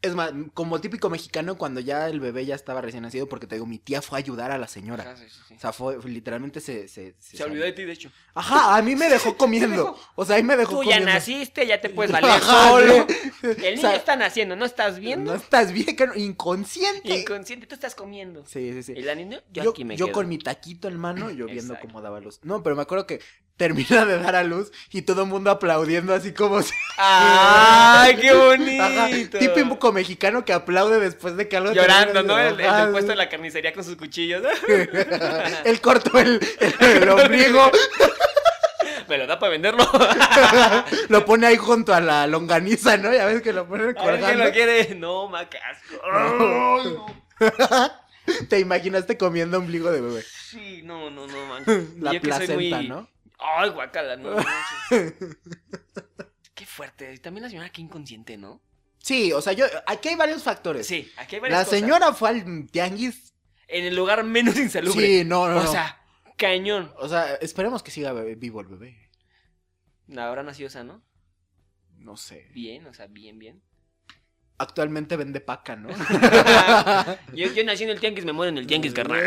es más, como típico mexicano, cuando ya el bebé ya estaba recién nacido, porque te digo, mi tía fue a ayudar a la señora.
Ajá, Ah, sí, sí, sí.
O sea, fue, fue- literalmente se... Se, se-
Se olvidó de ti, de hecho.
Ajá, a mí me dejó comiendo. O sea, ahí me dejó
Tú ya
comiendo.
naciste, pues, ya te puedes valer
Ajá,
solo.
sí.
El
O
niño
sea,
está naciendo, ¿no estás viendo?
No estás bien, que no- inconsciente.
Inconsciente, tú estás comiendo.
sí, sí, sí.
El niño, yo,
yo,
aquí me
yo
quedo.
con mi taquito en mano, yo viendo
Exacto.
cómo daba luz. No, pero me acuerdo que termina de dar a luz y todo el mundo aplaudiendo así como... si-
¡Ay, qué bonito!
Ajá, típico mexicano que aplaude después de que algo...
Llorando, ¿no? El, el
Ajá,
del puesto
sí.
de la carnicería con sus cuchillos.
Ah, Él cortó el, el, el ombligo,
Me lo da para venderlo.
lo pone ahí junto a la longaniza, ¿no? Ya ves que lo ponen
A ver ¿Quién lo
colgando.
quiere? No, macasco. Ay, no.
Te imaginaste comiendo ombligo de bebé.
Sí, no, no, no, man.
La
Yo que soy
placenta,
muy-
¿no?
Ay, guacala, no. no, sí. Qué fuerte. Y También la señora, qué inconsciente, ¿no?
Sí, o sea, yo aquí hay varios factores.
Sí, aquí hay varias
la
cosas.
señora fue al tianguis.
En el lugar menos insalubre.
Sí, no, no,
o
no.
sea, cañón.
O sea, esperemos que siga bebé- vivo el bebé.
Habrá nacido sano.
No sé.
Bien, o sea, bien, bien.
Actualmente vende paca, ¿no?
Yo, yo nací en el tianguis, me muero en el tianguis, carnal.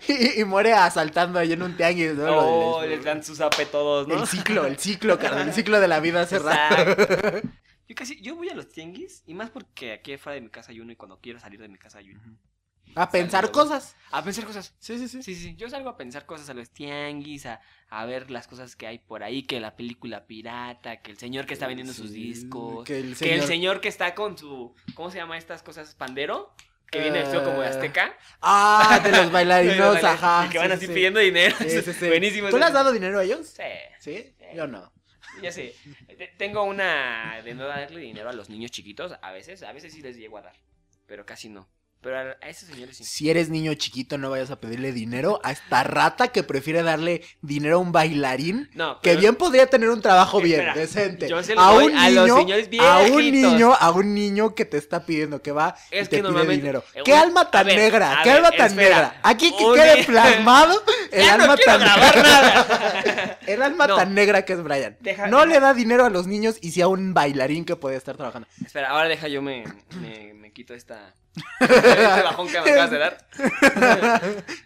y, y muere asaltando ahí en un tianguis, ¿no? Lo
Oh,
del-
les dan su zape todos, ¿no?
El ciclo, el ciclo, carnal, el ciclo de la vida cerrada.
Exacto. Yo casi, yo voy a los tianguis y más porque aquí fuera de mi casa hay uno y cuando quiero salir de mi casa hay uno.
A pensar cosas.
A pensar cosas.
Sí, sí,
Sí, sí, yo salgo a pensar cosas a los tianguis, a, a ver las cosas que hay por ahí, que la película pirata, que el señor que está vendiendo sus
Sí,
discos,
Que el
que
señor...
el señor que está con su, ¿cómo se llama estas cosas? ¿Pandero? Que viene vestido como de
Eh,
azteca.
Ah, de los bailarinos, ajá.
Y que
sí,
van
sí,
así
sí.
pidiendo dinero.
Sí, sí, sí.
Buenísimo.
¿Tú
ese-
le has dado dinero a ellos?
Sí,
Sí.
Sí.
Yo no.
ya sé. Te- Tengo una de no darle dinero a los niños chiquitos, a veces, a veces sí les llego a dar, pero casi no. Pero a, a esos señores sí.
Si eres niño chiquito, no vayas a pedirle dinero a esta rata que prefiere darle dinero a un bailarín.
No,
Que
pero-
bien podría tener un trabajo bien,
Espera,
decente.
yo se lo
a
doy
un niño,
a los señores
a un
viejitos.
niño, a un niño que te está pidiendo que va y
Es
te pide
que normalmente-
dinero.
eh,
Qué
un-
alma tan
a ver,
negra,
a
qué
ver,
alma tan
espera.
negra. Aquí que
Un
quede
día-
plasmado el
Ya no
alma
quiero
tan
grabar
negra.
nada.
El alma
No.
tan negra que es Brian.
Deja-
no le da dinero a los niños y si a un bailarín que puede estar trabajando.
Espera, ahora deja yo me, me, me quito esta. este bajón que me acabas de dar.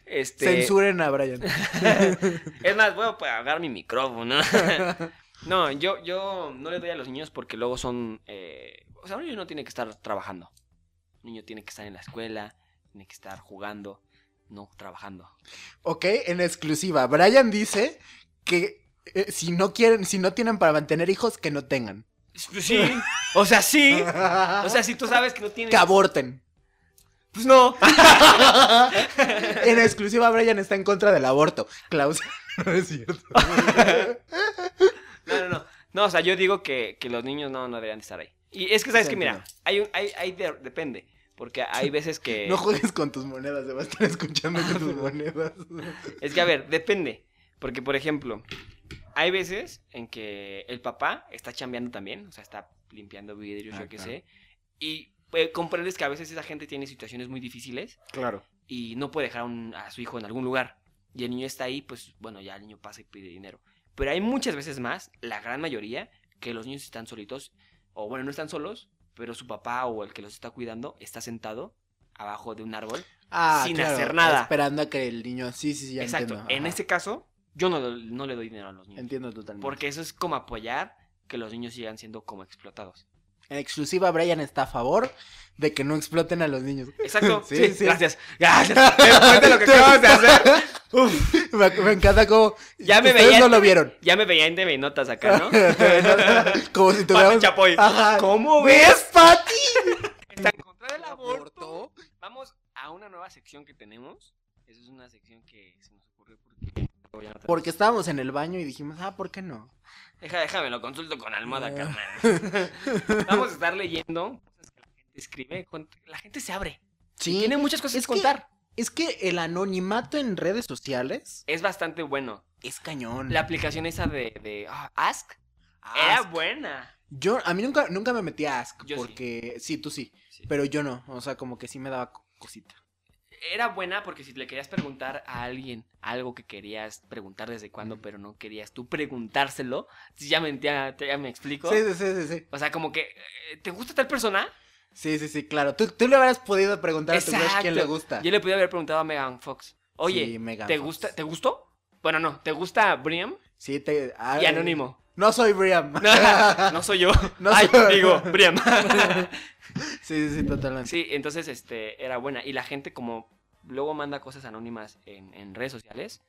este.
Censuren a Brian.
Es más, voy a apagar mi micrófono. no, yo, yo no le doy a los niños porque luego son. eh, o sea, un niño no tiene que estar trabajando. Un niño tiene que estar en la escuela, tiene que estar jugando, no trabajando.
Ok, en exclusiva. Brian dice que eh, si no quieren, si no tienen para mantener hijos, que no tengan.
Sí, o sea, sí.
O
O sea, si tú sabes que no tienes.
que aborten.
Pues no.
En exclusiva, Brian está en contra del aborto. Klaus. No es cierto.
No, no, no. No, o sea, yo digo que, que los niños no, no deberían de estar ahí. Y es que, ¿sabes
Sí,
que Mira,
entiendo.
hay un, hay, hay de- depende. Porque hay veces que...
No juegues con tus monedas, se va a estar escuchando con tus monedas.
Es que, a ver, depende. Porque, por ejemplo, hay veces en que el papá está chambeando también. O sea, está limpiando vidrios,
Ah,
yo qué
claro.
sé. Y pues, comprendes que a veces esa gente tiene situaciones muy difíciles.
Claro.
y no puede dejar a, un- a su hijo en algún lugar. Y el niño está ahí, pues bueno, ya el niño pasa y pide dinero. Pero hay muchas veces más, la gran mayoría, que los niños están solitos, o bueno, no están solos, pero su papá o el que los está cuidando está sentado abajo de un árbol.
Ah,
Sin
claro,
hacer nada.
Esperando a que el niño. Sí, sí, sí, ya
Exacto.
entiendo.
En
ajá.
este caso, yo no, no le doy dinero a los niños.
Entiendo totalmente.
Porque eso es como apoyar que los niños sigan siendo como explotados.
En exclusiva, Brian está a favor de que no exploten a los niños.
Exacto.
Sí,
sí,
sí.
Gracias. Gracias. Después de lo que acabas de hacer. Uf,
Me, me encanta como...
Ya me
ustedes
veía-
no lo vieron.
ya me veía en TV Notas acá, ¿no?
como si
Pati
tuviéramos...
Chapoy.
Ajá.
¿Cómo ves?
¿Ves, Pati?
Está en contra del aborto. Vamos a una nueva sección que tenemos. Esa es una sección que se nos ocurrió porque...
Porque estábamos en el baño y dijimos, ah, ¿por qué no?
Deja, déjame, lo consulto con almohada,
Ah.
carnal. Vamos a estar leyendo cosas que la gente escribe. con- La gente se abre. Y tiene muchas cosas
Es
que
que-
contar.
Es que el anonimato en redes sociales
Es bastante bueno.
es cañón.
La aplicación esa de, de, ah, Ask era
Ask.
buena.
Yo, a mí nunca, nunca me metí a Ask,
Yo sí.
porque sí. tú sí,
Sí.
pero yo no, o sea, como que sí me daba co- cosita.
Era buena porque si le querías preguntar a alguien algo que querías preguntar desde cuándo, pero no querías tú preguntárselo, si ya me, ya- ya me explico.
Sí, sí, sí, sí, sí,
O sea, como que, eh, ¿te gusta tal persona?
sí, sí, sí, claro. Tú, tú le habrás podido preguntar a tu crush quién
Exacto.
le gusta.
Yo le podía haber preguntado a Megan Fox. Oye,
Ah. Sí, Megan
¿te
Fox.
gusta? ¿Te gustó? Bueno, no, ¿te gusta Briam?
Sí, te... ah,
Y Anónimo.
No soy Briam.
No, no soy yo.
No
Ay,
soy-
digo, Briam.
Sí, sí, sí, totalmente.
Sí, entonces este era buena. Y la gente como luego manda cosas anónimas en, en redes sociales,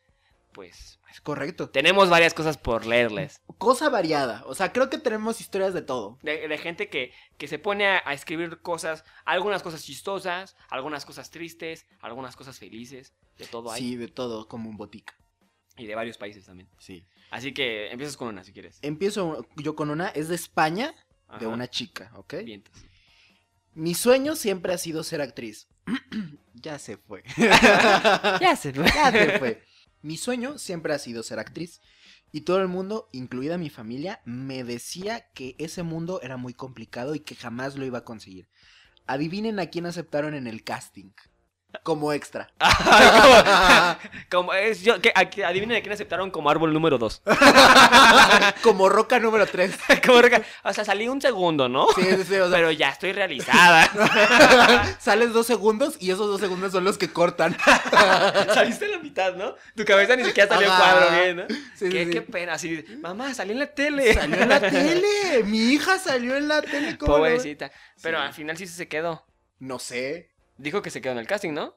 pues
Es correcto.
tenemos varias cosas por leerles.
Cosa variada, o sea, creo que tenemos historias de todo.
De, de gente que, que se pone a, a escribir cosas, algunas cosas chistosas, algunas cosas tristes, algunas cosas felices, de todo hay.
Sí, de todo, como un botica.
Y de varios países también.
Sí.
Así que empiezas con una si quieres.
Empiezo yo con una, es de España, de
Ajá.
una chica, ¿ok?
Vientos.
Mi sueño siempre ha sido ser actriz. ya se fue.
Ya se
Ya se fue. Mi sueño siempre ha sido ser actriz. Y todo el mundo, incluida mi familia, me decía que ese mundo era muy complicado y que jamás lo iba a conseguir. Adivinen a quién aceptaron en el casting. Como extra.
Ah, Como es, yo, que, aquí- adivinen a quién aceptaron como árbol número 2.
Como roca número 3.
o sea, salí un segundo, ¿no?
Sí, sí, sí, o sea,
Pero ya estoy realizada.
sales dos segundos y esos dos segundos son los que cortan.
Saliste en la mitad, ¿no? Tu cabeza ni siquiera salió en
Ajá.
cuadro bien, ¿no?
Sí, sí,
qué,
sí.
qué pena. Así, mamá, salí en la tele.
Salió en la tele. Mi hija salió en la tele. ¿cómo no?
Pobrecita. Pero
Sí.
al final sí se quedó.
No sé.
Dijo que se quedó en el casting, ¿no?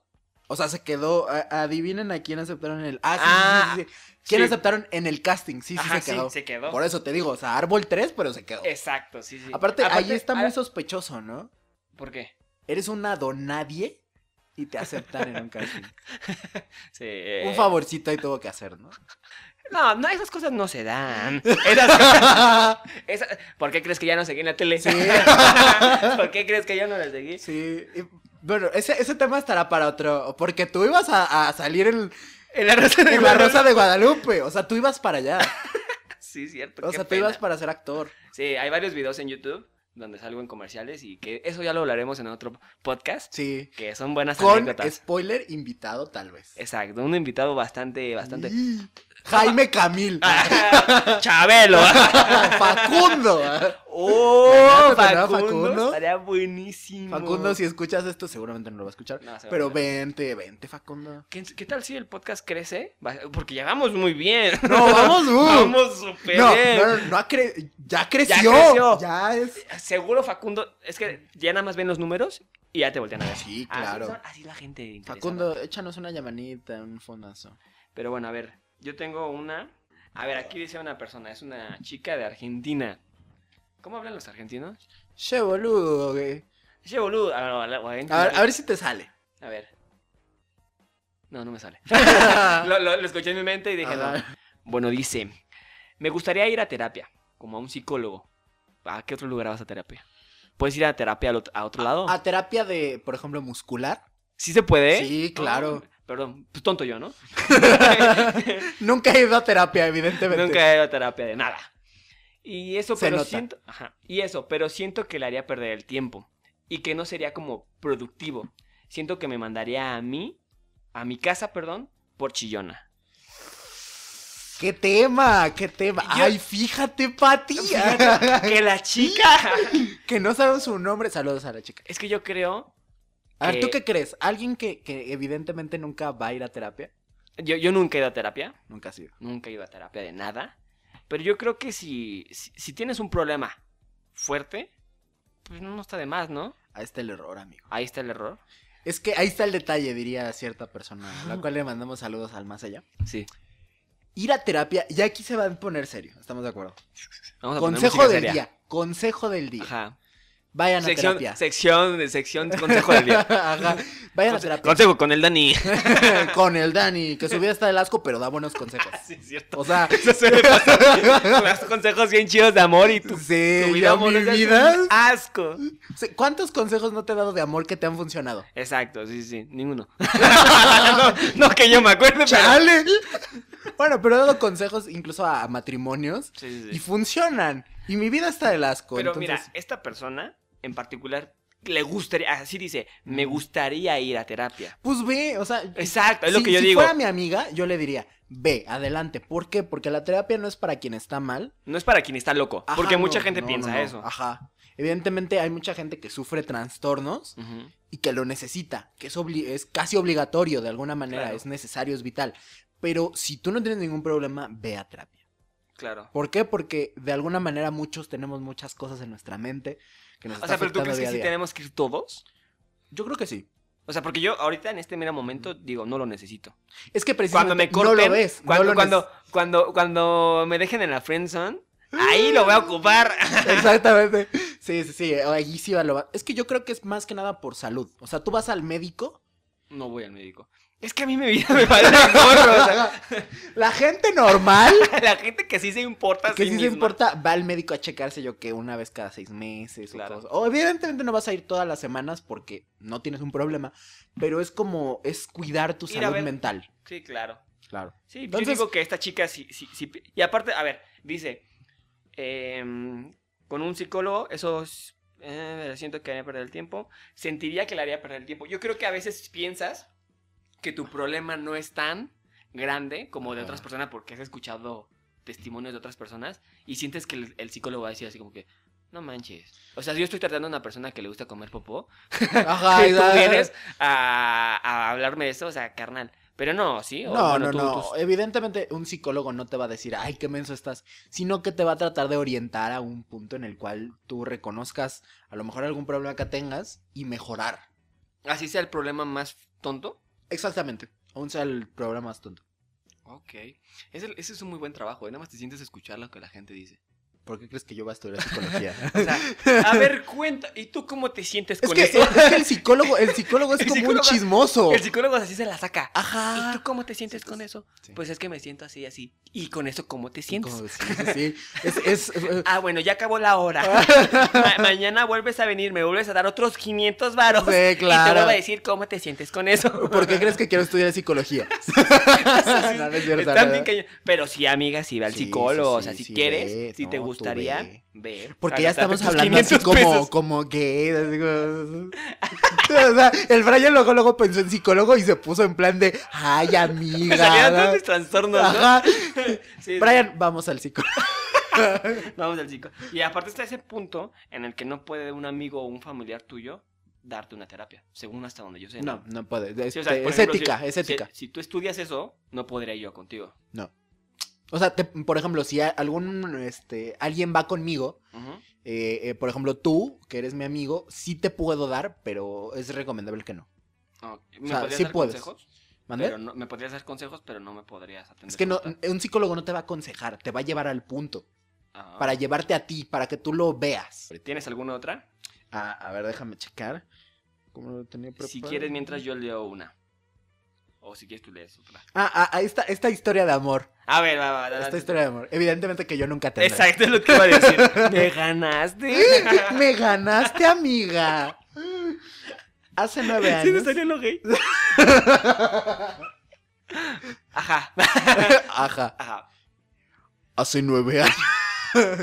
O sea, se quedó. a- adivinen a quién aceptaron en el. Ah, sí,
Ah,
sí, sí, sí, ¿Quién
sí.
aceptaron en el casting? Sí, sí,
Ajá,
se quedó.
sí, se quedó.
Por eso te digo, o sea, árbol 3, pero se quedó.
Exacto, sí, sí.
Aparte, ahí está
ah,
muy sospechoso, ¿no?
¿Por qué?
Eres una donadie y te aceptan en un casting.
Sí, eh,
Un favorcito ahí tuvo que hacer, ¿no?
No, no, esas cosas no se dan. Esas- esas- ¿Por qué crees que ya no seguí en la tele?
Sí.
¿Por qué crees que yo no la seguí?
sí. y- bueno, ese, ese tema estará para otro. Porque tú ibas a, a salir en,
En la rosa
en la Rosa de Guadalupe. O sea, tú ibas para allá.
Sí, cierto.
O
qué
sea, tú
pena.
ibas para ser actor.
Sí, hay varios videos en YouTube donde salgo en comerciales y que eso ya lo hablaremos en otro podcast,
Sí.
que son buenas
Con
anécdotas.
spoiler invitado, tal vez.
Exacto, un invitado bastante, bastante.
Y- Jaime Camil.
Chabelo.
Facundo.
oh,
¿No te sonaba
Facundo,
Facundo?
Estaría buenísimo.
Facundo, si escuchas esto, seguramente no lo va a escuchar.
No, seguramente
pero
no.
vente, vente, Facundo.
¿Qué, qué tal si el podcast crece? Va- Porque ya vamos muy bien.
No, vamos, uh.
Vamos súper
No,
bien.
no, no, no ha cre- ya creció.
creció.
Ya es.
Seguro Facundo, es que ya nada más ven los números y ya te voltean a ver.
Ah, Sí,
Así
claro.
son- Así, la gente interesada.
Facundo, échanos una llamanita, un fonazo.
Pero bueno, a ver, yo tengo una. A ver, aquí dice una persona, es una chica de Argentina. ¿Cómo hablan los argentinos?
Che, boludo, güey.
Che, boludo. Ah, no, la- la-
A ver, a ver si te sale.
A ver. No, no me sale.
Ah.
lo, lo- lo escuché en mi mente y dije, no.
Ajá.
Bueno, dice, me gustaría ir a terapia, como a un psicólogo. ¿A qué otro lugar vas a terapia? ¿Puedes ir a terapia al ot- a otro lado?
A terapia de, por ejemplo, muscular.
¿Sí se puede?
ah, Sí, claro.
Oh, perdón, pues tonto yo, ¿no?
Nunca he ido a terapia, evidentemente.
Nunca he ido a terapia de nada. Y eso,
Se
pero
nota.
siento. ajá, y eso, pero siento que le haría perder el tiempo. Y que no sería como productivo. Siento que me mandaría a mí, a mi casa, perdón, por chillona.
¿Qué tema? ¿Qué tema?
Yo-
Ay, fíjate, Pati.
que la chica.
que no saben su nombre. Saludos a la chica.
es que yo creo.
A ver, ¿tú
Que-
qué crees? ¿Alguien que, que evidentemente nunca va a ir a terapia?
Yo, yo nunca he ido a terapia.
Nunca ha sido.
Nunca he ido a terapia de nada. Pero yo creo que si, si, si tienes un problema fuerte, pues no está de más, ¿no?
Ahí está el error, amigo.
Ahí está el error.
Es que ahí está el detalle, diría cierta persona, a la cual le mandamos saludos al más allá.
Sí.
Ir a terapia, y aquí se va a poner serio, estamos de acuerdo.
Vamos a poner
Consejo
música
del
seria.
día, consejo del día.
Ajá.
Vayan a
Sección,
terapia.
sección, de- sección, consejo del día.
Ajá. Vayan a
Conse-
terapia
consejo con el Dani.
con el Dani, que su vida está del asco, pero da buenos consejos.
sí, es cierto.
O sea,
Eso se me pasó. Me das consejos bien chidos de amor y tu,
sí,
tu vida
yo mi
amorosa es un
vida.
Asco.
Sí, ¿Cuántos consejos no te he dado de amor que te han funcionado?
Exacto, sí, sí, ninguno. no, no que yo me acuerde, pero.
¡Chale! Bueno, pero he dado consejos incluso a, a matrimonios
Sí, sí, sí.
y funcionan. Y mi vida está del asco.
Pero
entonces,
mira, esta persona en particular le gustaría, así dice, me gustaría ir a terapia.
Pues ve, o sea,
Exacto, es lo
si-
que yo
si
digo.
fuera mi amiga, yo le diría, ve, adelante. ¿Por qué? Porque la terapia no es para quien está mal.
No es para quien está loco,
Ajá,
porque
no,
mucha gente
no,
piensa
no, no,
eso.
Ajá. Evidentemente hay mucha gente que sufre trastornos
Ujú.
y que lo necesita, que es, obli- es casi obligatorio de alguna manera,
Claro.
es necesario, es vital. Pero si tú no tienes ningún problema, ve a terapia.
Claro.
¿Por qué? Porque de alguna manera muchos tenemos muchas cosas en nuestra mente que nos
O
está
sea, pero tú
afectando
crees que
día a
sí
día.
tenemos que ir todos?
Yo creo que sí.
O sea, porque yo ahorita en este mero momento digo, no lo necesito.
Es que precisamente
Cuando me corten,
no lo ves. no
cuando,
lo
cuando, cuando, cuando me dejen en la friendzone, ahí lo voy a ocupar.
neces- Exactamente. Sí, sí, sí. Allí sí va lo va. Es que yo creo que es más que nada por salud. O sea, tú vas al médico.
No voy al médico. Es que a mí mi vida me vale gorro. o sea,
La gente normal
la gente que sí se importa a
que
sí
sí se
misma.
importa va al médico a checarse yo que una vez cada seis meses o
Claro.
cosas. O evidentemente no vas a ir todas las semanas porque no tienes un problema. Pero es como es cuidar tu
Ir a
salud
ver.
mental.
Sí, claro.
Claro.
Sí,
Entonces-
yo digo que esta chica sí, sí, sí. Y aparte, a ver, dice, em, con un psicólogo, eso es- eh, siento que haría perder el tiempo, sentiría que le haría perder el tiempo. Yo creo que a veces piensas que tu problema no es tan grande como de
Ajá.
otras personas porque has escuchado testimonios de otras personas y sientes que el, el psicólogo va a decir así como que, no manches. O sea, si yo estoy tratando a una persona que le gusta comer popó,
Ajá,
y tú
exacto.
vienes a, a hablarme de eso, o sea, carnal. Pero no, sí. O,
No,
bueno,
no,
tú-
no.
tus-
Evidentemente un psicólogo no te va a decir, ay, qué menso estás, sino que te va a tratar de orientar a un punto en el cual tú reconozcas a lo mejor algún problema que tengas y mejorar.
así sea el problema más tonto.
Exactamente. Aún sea el problema más tonto.
Ok. Ese, ese es un muy buen trabajo, ¿eh? nada más te sientes a escuchar lo que la gente dice.
¿Por qué crees que yo voy a estudiar psicología?
O sea, a ver, cuenta, ¿y tú cómo te sientes
es,
con
que,
eso?
es que el psicólogo, el psicólogo es
El
como
psicólogo-
un chismoso.
El psicólogo así se la saca. ¿Y
Ajá.
tú cómo te Ah, sientes con eso?
Sí.
Pues es que me siento así, así. ¿Y con eso cómo te sientes?
Como- sí, sí, sí. Es, es- eh,
Ah, bueno, ya acabó la hora. Ma- mañana vuelves a venir, me vuelves a dar otros 500 varos.
Sí,
Y te
claro.
vuelvo a decir cómo te sientes con eso.
¿Por qué crees que quiero estudiar psicología? No, no es cierto,
Están
no,
bien
no.
que- Pero sí, amiga, sí, ve al
Sí, sí,
psicólogo.
sí,
o sea, si
sí,
quieres,
ve,
si te
no, tú
gustaría,
ve.
ve.
Porque
a
ya
gastarte
estamos
tus
hablando así
500
como,
pues, pesos.
como gay. así como- O sea, el Brian luego, luego pensó en psicólogo y se puso en plan de, ay,
Me salían todos
amiga.
mis trastornos, ¿no?
Ajá.
Sí,
Brian, vamos al psicólogo.
Vamos al chico. Y aparte está ese punto en el que no puede un amigo o un familiar tuyo darte una terapia, según hasta donde yo sé.
No, no puede.
Sí, o sea,
este,
por
es
ejemplo,
ética,
si-
es ética.
Si, si tú estudias eso, no podría yo contigo.
O sea, te- por ejemplo, si a- algún, este, alguien va conmigo,
Ujú.
eh, eh, por ejemplo, tú, que eres mi amigo, sí te puedo dar, pero es recomendable que no.
No,
O
¿Me
sea,
podrías
sí
dar
puedes.
consejos?
¿Mande?
Pero no- me podrías dar consejos, pero no me podrías atender.
Es que no,
como tal.
un psicólogo no te va a aconsejar, te va a llevar al punto,
Ajá.
para llevarte a ti, para que tú lo veas.
Ah, ¿Tienes alguna otra?
Ah, a ver, déjame checar. ¿Cómo lo tenía preparado?
Si quieres, mientras yo leo una. O si quieres, tú lees otra.
Ah, ah, ah, esta, esta historia de amor.
A ver, va, va,
Esta
adelante.
historia de amor. Evidentemente que yo nunca tendré.
Exacto es lo que iba a decir. ¿Me ganaste?
¡Ah! Me ganaste, amiga. Hace nueve
Sí, me
años.
salió lo gay. Ajá.
Ajá.
Ajá.
Hace nueve años.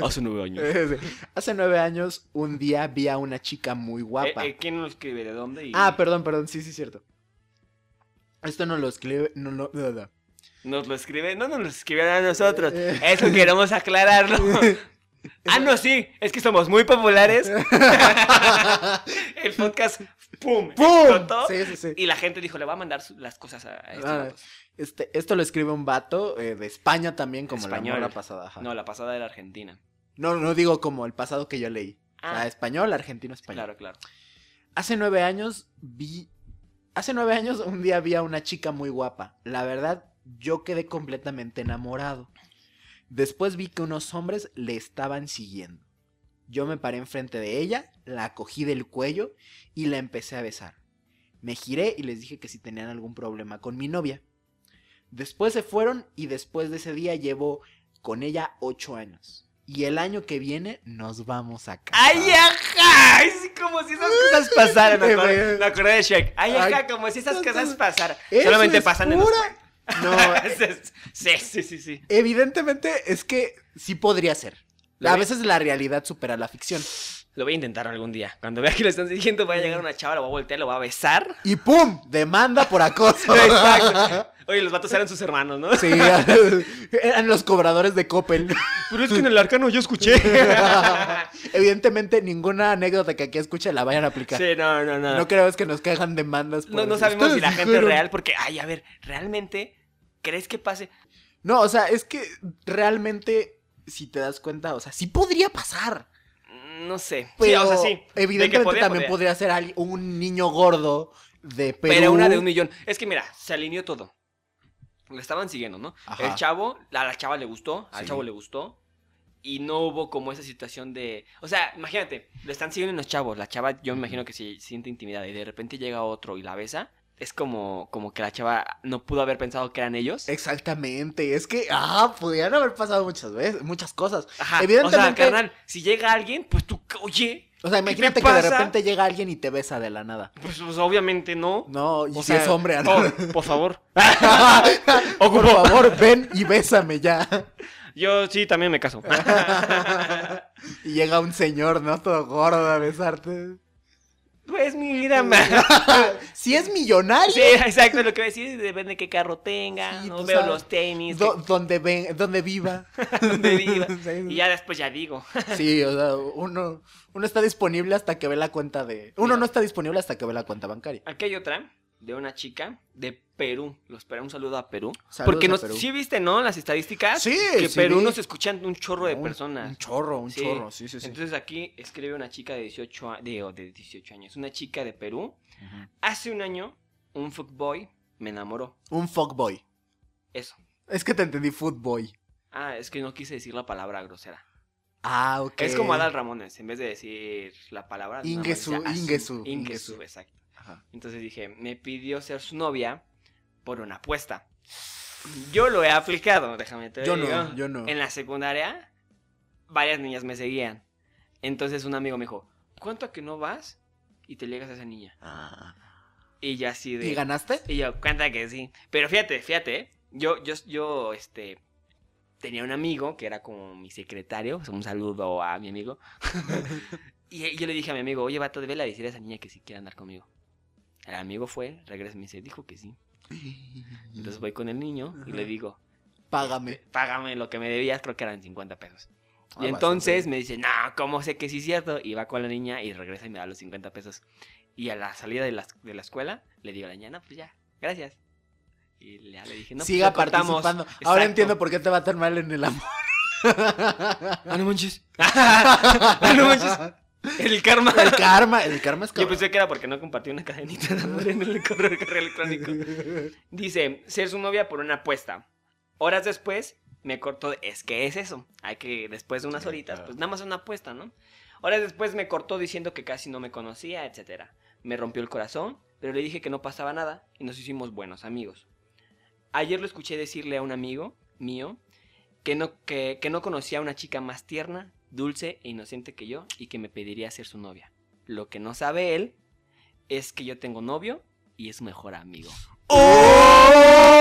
Hace nueve años.
Eh,
Eh,
Hace nueve años, un día vi a una chica muy guapa.
eh, ¿Quién lo escribe? ¿De dónde? Y
Ah, perdón, perdón. Sí, sí, cierto. Esto no lo escribe. No, lo- no, no.
¿Nos lo escribe? No nos lo escribieron a nosotros.
Eh.
Eso queremos aclararlo. Ah, no, sí. Es que somos muy populares. El podcast, ¡pum!
¡Pum!
explotó.
Sí, sí, sí.
Y la gente dijo, le va a mandar su- las cosas a a estos
Ah,
vatos.
Este, esto lo escribe un vato eh, de España también, como
Español.
la morra pasada. ajá.
No, la pasada era Argentina.
No, no digo como el pasado que yo leí. O sea,
Ah,
español, argentino, español.
claro, claro.
Hace nueve años vi. Hace nueve años un día vi a una chica muy guapa. La verdad, yo quedé completamente enamorado. Después vi que unos hombres le estaban siguiendo. Yo me paré enfrente de ella, la cogí del cuello y la empecé a besar. Me giré y les dije que si tenían algún problema con mi novia. Después se fueron y después de ese día llevo con ella ocho años. Y el año que viene nos vamos a casar.
¡Ay, ajá! Es como si esas cosas pasaran. Ah. Me acordé, me acordé de Shrek. ¡Ay,
Ay,
ajá! Como si esas cosas pasaran.
Eso
Solamente
es
pasan en los
pura- No,
cuentos. Sí, sí, sí, sí.
Evidentemente es que sí podría ser.
Lo
a
vi-
veces la realidad supera la ficción.
Lo voy a intentar algún día. Cuando vea que lo están diciendo, va a llegar una chava, lo va a voltear, lo va a besar.
Y ¡pum! Demanda por acoso.
Exacto. Oye, los vatos eran sus hermanos, ¿no?
Sí, eran los cobradores de Coppel.
Pero es que en el arcano yo escuché.
Evidentemente ninguna anécdota que aquí escuche la vayan a aplicar.
sí, no, no, no.
No creas que nos cagan demandas. por
No, no
decir,
sabemos si
"Ustedes
la gente es
dijeron".
real, porque, ay, a ver, realmente, ¿crees que pase?
No, o sea, es que realmente, si te das cuenta, o sea, sí podría pasar.
No sé.
Pero
sí, o sea, sí.
evidentemente
De que podía,
también
podía.
podría ser alguien- un niño gordo de Perú.
Pero una de un millón. Es que mira, se alineó todo. Le estaban siguiendo, ¿no?
Ajá.
El chavo, a la chava le gustó, al
Sí.
chavo le gustó. Y no hubo como esa situación de. O sea, imagínate, le están siguiendo los chavos. La chava, yo me imagino que se siente intimidada. Y de repente llega otro y la besa. Es como, como que la chava no pudo haber pensado que eran ellos.
Eh, Exactamente, es que, ah, pudieran haber pasado muchas veces, muchas cosas.
Ajá. O sea,
evidentemente-
carnal, si llega alguien, pues tú, oye,
O sea,
¿Qué te
imagínate que de
pasa?
repente llega alguien y te besa de la nada.
pues, pues, obviamente no.
No, y
O
si
sea,
es hombre, ¿no?
oh, por favor.
por
Ocupo.
favor, ven y bésame ya.
Yo sí también me caso.
y llega un señor, ¿no? Todo gordo a besarte.
pues mi vida, ma.
si es millonario,
Sí, exacto, lo que voy a decir depende de qué carro tenga,
Sí,
no
tú
veo
sabes.
los tenis,
do- donde, ven, donde viva.
qué- dónde viva.
Sí.
Y ya después ya digo.
Sí, o sea, uno, uno está disponible hasta que ve la cuenta de... Uno
Mira.
no está disponible hasta que ve la cuenta bancaria.
Aquí hay otra de una chica de Perú. Los Perú, un saludo a Perú.
Saludos
Porque
a
nos,
Perú.
sí viste, ¿no? Las estadísticas.
Sí,
Que
sí
Perú
vi.
nos escuchan un chorro de
Un-
personas.
Un chorro, un
Sí.
chorro, sí, sí, sí.
Entonces aquí escribe una chica de 18, a- de, o de 18 años, una chica de Perú.
Ujú.
Hace un año, un fuckboy me enamoró.
Un fuckboy.
Eso.
Es que te entendí footboy.
Ah, es que no quise decir la palabra grosera.
Ah, ok.
Es como Adal Ramones, en vez de decir la palabra. nada más
Ingesu,
decía asu,
ingesu,
Ingesu,
ingesu.
exacto.
Ajá.
Entonces dije, me pidió ser su novia por una apuesta. Yo lo he aplicado, déjame te
Yo
digo.
no, yo no.
En la secundaria, varias niñas me seguían. Entonces un amigo me dijo, ¿cuánto a que no vas y te ligas a esa niña? Y yo así de...
Ah. ¿Y ganaste?
Y yo, cuenta que sí. Pero fíjate, fíjate, ¿eh? yo, yo, yo, este, tenía un amigo que era como mi secretario, pues, un saludo a mi amigo. y, y yo le dije a mi amigo, oye, vato, debe la decir a esa niña que sí quiere andar conmigo. El amigo fue, regresa y me dice, dijo que sí. Entonces voy con el niño y le
Mm. Ajá.
digo,
Págame.
págame lo que me debías, creo que eran 50 pesos.
Ah,
Y entonces me dice, no, ¿cómo sé que sí es cierto? Y va con la niña y regresa y me da los 50 pesos. Y a la salida de la, de la escuela le digo a la niña, no, pues ya, gracias. Y ya le dije, no, pues
Siga
ya cortamos".
participando. Ahora
Exacto.
entiendo por qué te va tan mal en el amor.
Ah, no manches. ah, no manches. El karma.
El karma, el karma es
Yo
cabrón.
pensé que era porque no compartí una cadenita de amor en el correo, correo electrónico. Dice, ser su novia por una apuesta. Horas después, me cortó. Es que es eso. Hay que, después de unas
Sí,
horitas,
claro.
pues nada más una apuesta, ¿no? Horas después me cortó diciendo que casi no me conocía, etcétera. Me rompió el corazón, pero le dije que no pasaba nada y nos hicimos buenos amigos. Ayer lo escuché decirle a un amigo mío que no, que, que no conocía a una chica más tierna, dulce e inocente que yo y que me pediría ser su novia. Lo que no sabe él es que yo tengo novio y es mejor amigo.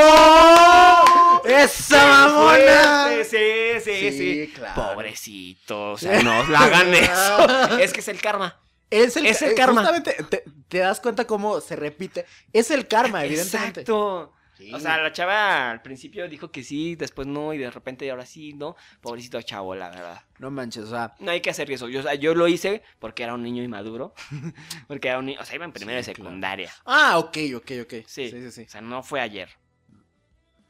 ¡Oh! ¡Esa mamona!
Sí, sí, sí, sí.
claro.
Pobrecito, o sea, no la hagan eso. Es que es el karma.
Es el,
Es el
eh,
karma.
Justamente, te, te das cuenta cómo se repite. Es el karma, evidentemente.
Exacto.
Sí.
O sea, la chava al principio dijo que sí, después no, y de repente ahora sí, ¿no? Pobrecito chavo, la verdad.
no manches, o sea,
No hay que hacer eso. Yo, o sea, yo lo hice porque era un niño inmaduro. Porque era un niño, o sea, iba en primero de
Sí, claro.
secundaria.
Ah, ok, ok, ok.
Sí.
sí, sí.
O sea, no fue ayer.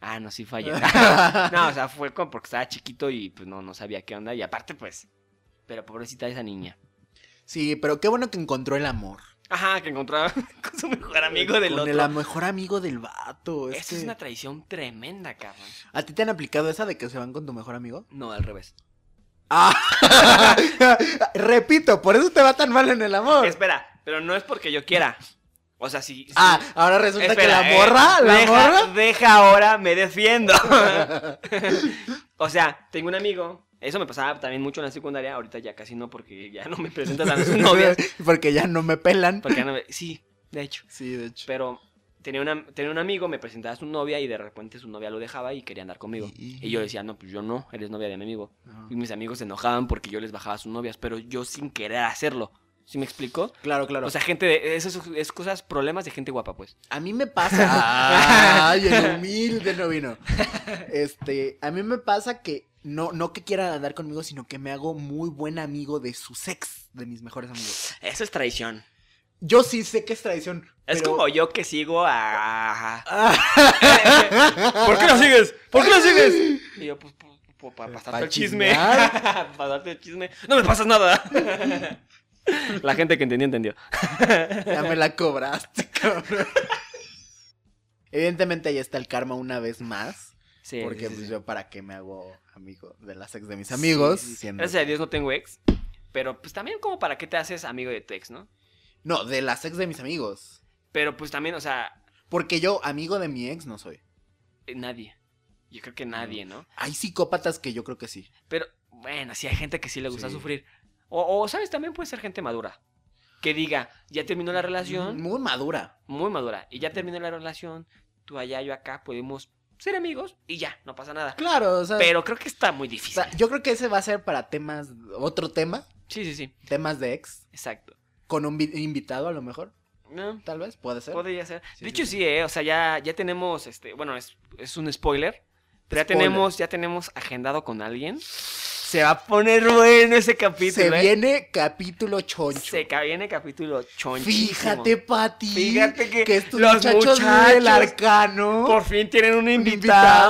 Ah, no, sí fue ayer. no, o sea, fue como porque estaba chiquito y pues no, no sabía qué onda. Y aparte, pues, pero pobrecita esa niña.
Sí, pero qué bueno que encontró el amor.
Ajá, que encontraba con su mejor amigo del
Con
otro.
el a- mejor amigo del vato. Es
Esa es
que-
una traición tremenda, cabrón.
¿A ti te han aplicado esa de que se van con tu mejor amigo?
No, al revés.
Ah. Repito, por eso te va tan mal en el amor.
Espera, pero no es porque yo quiera. O sea, si. si-
Ah, ahora resulta que
espera,
la
eh,
morra, la
deja,
morra.
Deja ahora, me defiendo. o sea, tengo un amigo. Eso me pasaba también mucho en la secundaria. Ahorita ya casi no, porque ya no me presentas a sus novias.
Porque ya no me pelan.
Porque ya no me- Sí, de hecho.
Sí, de hecho.
Pero tenía, una- tenía un amigo, me presentaba a su novia y de repente su novia lo dejaba y quería andar conmigo.
Y-
Y yo decía, no, pues yo no, eres novia de mi amigo. Y mis amigos se enojaban porque yo les bajaba a sus novias, pero yo sin querer hacerlo. ¿Sí me explico?
Claro, claro.
O sea, gente de. Esas es cosas, problemas de gente guapa, pues.
a mí me pasa. Ay, el humilde no vino. Este, a mí me pasa que no, no que quieran andar conmigo, sino que me hago muy buen amigo de sus ex, de mis mejores amigos.
Eso es traición.
Yo sí sé que es traición.
Es
pero-
como yo que sigo a.
¿Por
qué lo sigues? ¿Por qué lo sigues? Y yo, pues, para pasarte
pa
el
Eh,
chisme.
chismear.
Para pasarte el chisme. No me pasas nada. La gente que entendió, entendió.
Ya me la cobraste, cabrón. Evidentemente ahí está el karma una vez más.
Sí.
porque
sí, sí,
pues
sí.
yo para qué me hago amigo de las ex de mis amigos.
Sí, sí, sí.
siendo-
Gracias a Dios no tengo ex. Pero pues también, como para qué te haces amigo de tu ex, ¿no?
No, de las ex de mis amigos.
Pero pues también, o sea,
Porque yo amigo de mi ex no soy.
eh, nadie. Yo creo que nadie, ¿no?
Hay psicópatas que yo creo que sí.
Pero bueno, sí hay gente que sí le gusta
Sí.
sufrir. O, o, ¿sabes? También puede ser gente madura. Que diga, ya terminó la relación,
Muy madura.
muy madura, y ya terminó la relación, tú allá, yo acá, podemos ser amigos y ya, no pasa nada.
Claro, o sea,
Pero creo que está muy
o
difícil.
sea, yo creo que ese va a ser para temas, otro tema,
Sí, sí, sí,
temas de ex,
exacto.
con un vi- invitado a lo mejor,
No,
tal vez, puede ser.
podría ser.
Sí,
de hecho,
sí,
sí, ¿eh? o sea, ya, ya tenemos, este, bueno, es, es un spoiler. Pero ya
Spoiler.
tenemos, ya tenemos agendado con alguien.
Se va a
Poner bueno ese capítulo.
Se
¿eh?
viene capítulo choncho.
Se ca- viene capítulo chonchísimo.
Fíjate, Pati.
Fíjate que
estos
los
muchachos,
muchachos
del arcano.
Por fin tienen un invitado.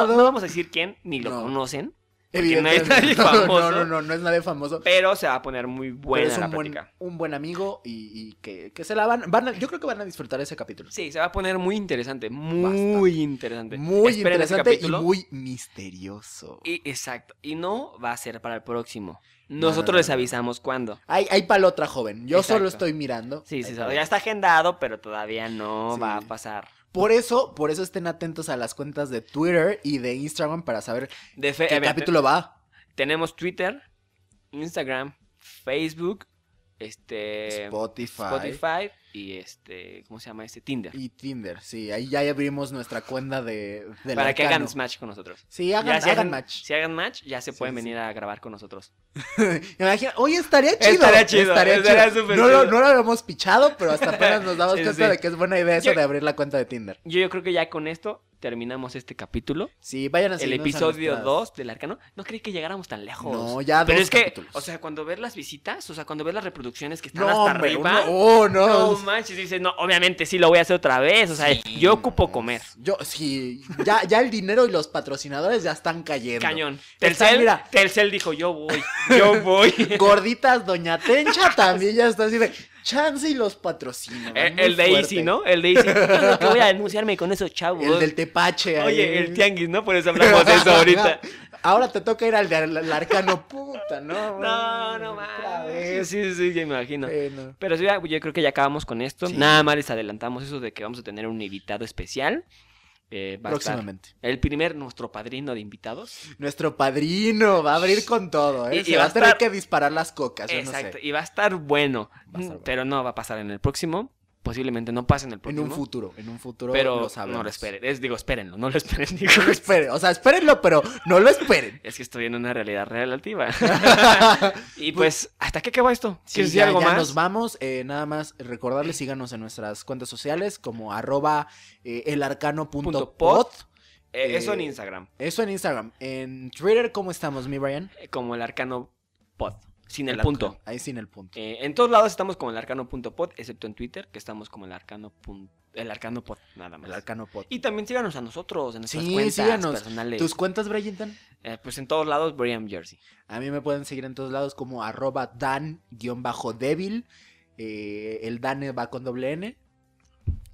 invitado.
No vamos a decir quién, ni lo
No.
conocen, porque no es
Evidentemente.
nadie famoso.
No, no, no, no es nadie famoso.
pero se va a poner muy buena
pero es
la
un buen,
plática.
un buen amigo y, y que, que se la van. van a- yo creo que van a disfrutar ese capítulo.
Sí, se va a poner muy interesante, muy
Bastante.
interesante.
Muy
Esperen ese
interesante y
capítulo.
muy misterioso.
Y- exacto, y no va a ser para el próximo. Nosotros
no,
les
no.
avisamos cuándo.
Hay, hay para otra joven. Yo
Exacto.
solo estoy mirando.
Sí, sí,
Hay
sí,
pa'l
ya está agendado, pero todavía no
Sí.
va a pasar.
otro. Por eso, por eso estén atentos a las cuentas de Twitter y de Instagram para saber
De fe-
qué
eh, mira, te-
capítulo va.
tenemos Twitter, Instagram, Facebook, este
Spotify.
Spotify y este, ¿cómo se llama este? Tinder.
Y Tinder, sí, ahí ya abrimos nuestra cuenta de, del
Para que
Arcano.
hagan match con nosotros.
Sí,
Ya,
hagan,
si
hagan match.
Si hagan match, ya se
Sí,
pueden
sí,
venir a grabar con nosotros.
Imagina, oye, estaría chido.
Estaría chido, estaría súper
no, Lo,
chido.
no lo habíamos pichado, pero hasta apenas nos damos
Sí, sí,
cuenta
sí.
de que es buena idea eso
Yo-
de abrir la cuenta de Tinder.
Yo, yo creo que ya con esto terminamos este capítulo.
Ah, Sí, vayan a
el
seguirnos a
episodio
nuestras-
2 del Arcano. No creí que llegáramos tan lejos.
No, ya
Pero
dos
es que,
capítulos.
o sea, cuando ves las visitas, o sea, cuando ves las reproducciones que están
no,
hasta
hombre,
arriba.
uno- oh, no.
No manches, dices, no, obviamente sí lo voy a hacer otra vez. O sea, yo ocupo comer.
Yo, sí, ya, ya el dinero y los patrocinadores ya están cayendo.
Cañón.
Está,
Telcel,
mira.
Telcel dijo, yo voy, yo voy.
Gorditas, Doña Tencha también ya está así de chance y los patrocina.
Eh,
muy
el de
fuerte.
Easy, ¿no? El de Easy. Es lo que voy a denunciarme con esos chavos.
El del tepache. ahí.
Oye, el tianguis, ¿no? Por eso hablamos de eso ahorita.
Ahora te toca ir al de al, al arcano puta, ¿no?
No, no
Otra
mames.
vez.
Sí, sí, sí, ya imagino.
Eh, no.
Pero sí, ya- yo creo que ya acabamos con esto.
Sí.
Nada más les adelantamos eso de que vamos a tener un invitado especial. Eh, va a estar
Próximamente.
el primer, nuestro padrino de invitados.
Nuestro padrino va a abrir con todo, ¿eh?
Y- y
Se
va
va
a
a tener
estar-
que disparar las cocas, Ah, yo
Exacto.
no sé.
Y va a estar bueno.
Va a estar bueno.
Pero no va a pasar en el próximo. Posiblemente no pase en el
En
próximo.
un futuro, en un futuro
Pero
lo
no
sabremos.
lo esperen. Es, digo, espérenlo, no lo esperen. Digo,
No lo esperen, o sea, espérenlo, pero no lo esperen.
es que estoy en una realidad relativa. y pues, ¿hasta qué acabó esto?
Sí,
¿Quieres decir
ya,
algo
ya
más?
nos vamos. eh, nada más recordarles, síganos en nuestras cuentas sociales como arroba eh,
Punto
elarcano.pod.
pod. Eh, eso en
Eh,
Instagram,
Eso en Instagram. En Twitter, ¿cómo estamos, mi Brian?
eh, como el arcano pod, sin el,
Arcano.
punto.
Ahí sin el punto.
Eh, en todos lados estamos como el arcano.pod, excepto en Twitter, que estamos como el arcano.pod. el Arcano Pod, nada más.
El Arcano Pod.
Y también síganos a nosotros en nuestras
Sí,
cuentas
síganos.
personales.
¿Tus cuentas, Brayington?
Eh, pues en todos lados, Brian Jersey.
A mí me pueden seguir en todos lados como arroba dan-débil. eh, el dan va con doble n.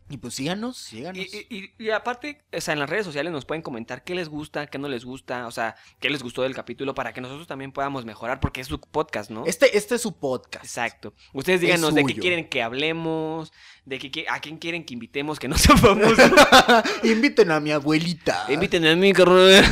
Y pues síganos,
Y,
síganos.
y- y- y aparte, o sea, en las redes sociales nos pueden comentar qué les gusta, qué no les gusta, o sea, qué les gustó del capítulo para que nosotros también podamos mejorar, porque es su podcast, ¿no?
Este, este es su podcast.
Exacto. Ustedes díganos de qué
suyo.
quieren que hablemos, de qué, qui- a quién quieren que invitemos que no sea famoso.
Inviten a mi abuelita.
Inviten a mi carnal.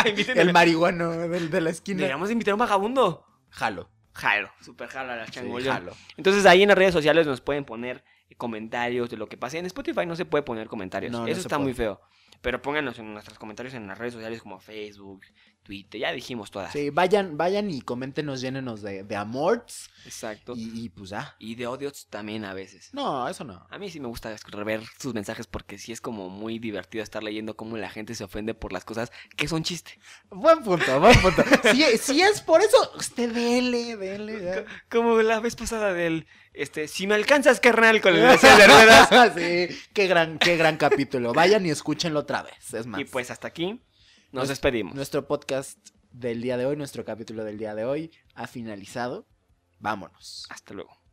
Inviten
El
a-
marihuano del- de la esquina.
Deberíamos invitar a un vagabundo.
Jalo.
Jalo, super jalo a la
Sí,
changolla.
jalo.
Entonces ahí en las redes sociales nos pueden poner eh, comentarios de lo que pase. En Spotify no se puede poner comentarios.
No, no
Eso
se
está
puede.
muy feo. Pero pónganos en nuestros comentarios en las redes sociales como Facebook, Twitter, ya dijimos todas.
Ah. Sí, vayan, vayan y coméntenos, llénenos de, de amorts.
Exacto. Y,
Y, y pues ya.
de odios también a veces.
No, eso no.
A mí sí me gusta rever sus mensajes porque sí es como muy divertido estar leyendo cómo la gente se ofende por las cosas que son chiste.
Buen punto, buen punto. si, si es por eso, usted dele, dele. ya.
Como la vez pasada del, este, si me alcanzas, carnal, con el deseo de ruedas.
Sí, qué gran, qué gran capítulo. Vayan y escúchenlo otra vez. Es más.
Y pues hasta aquí nos
Nos-
despedimos.
Nuestro podcast del día de hoy, nuestro capítulo del día de hoy ha finalizado. Vámonos.
Hasta luego.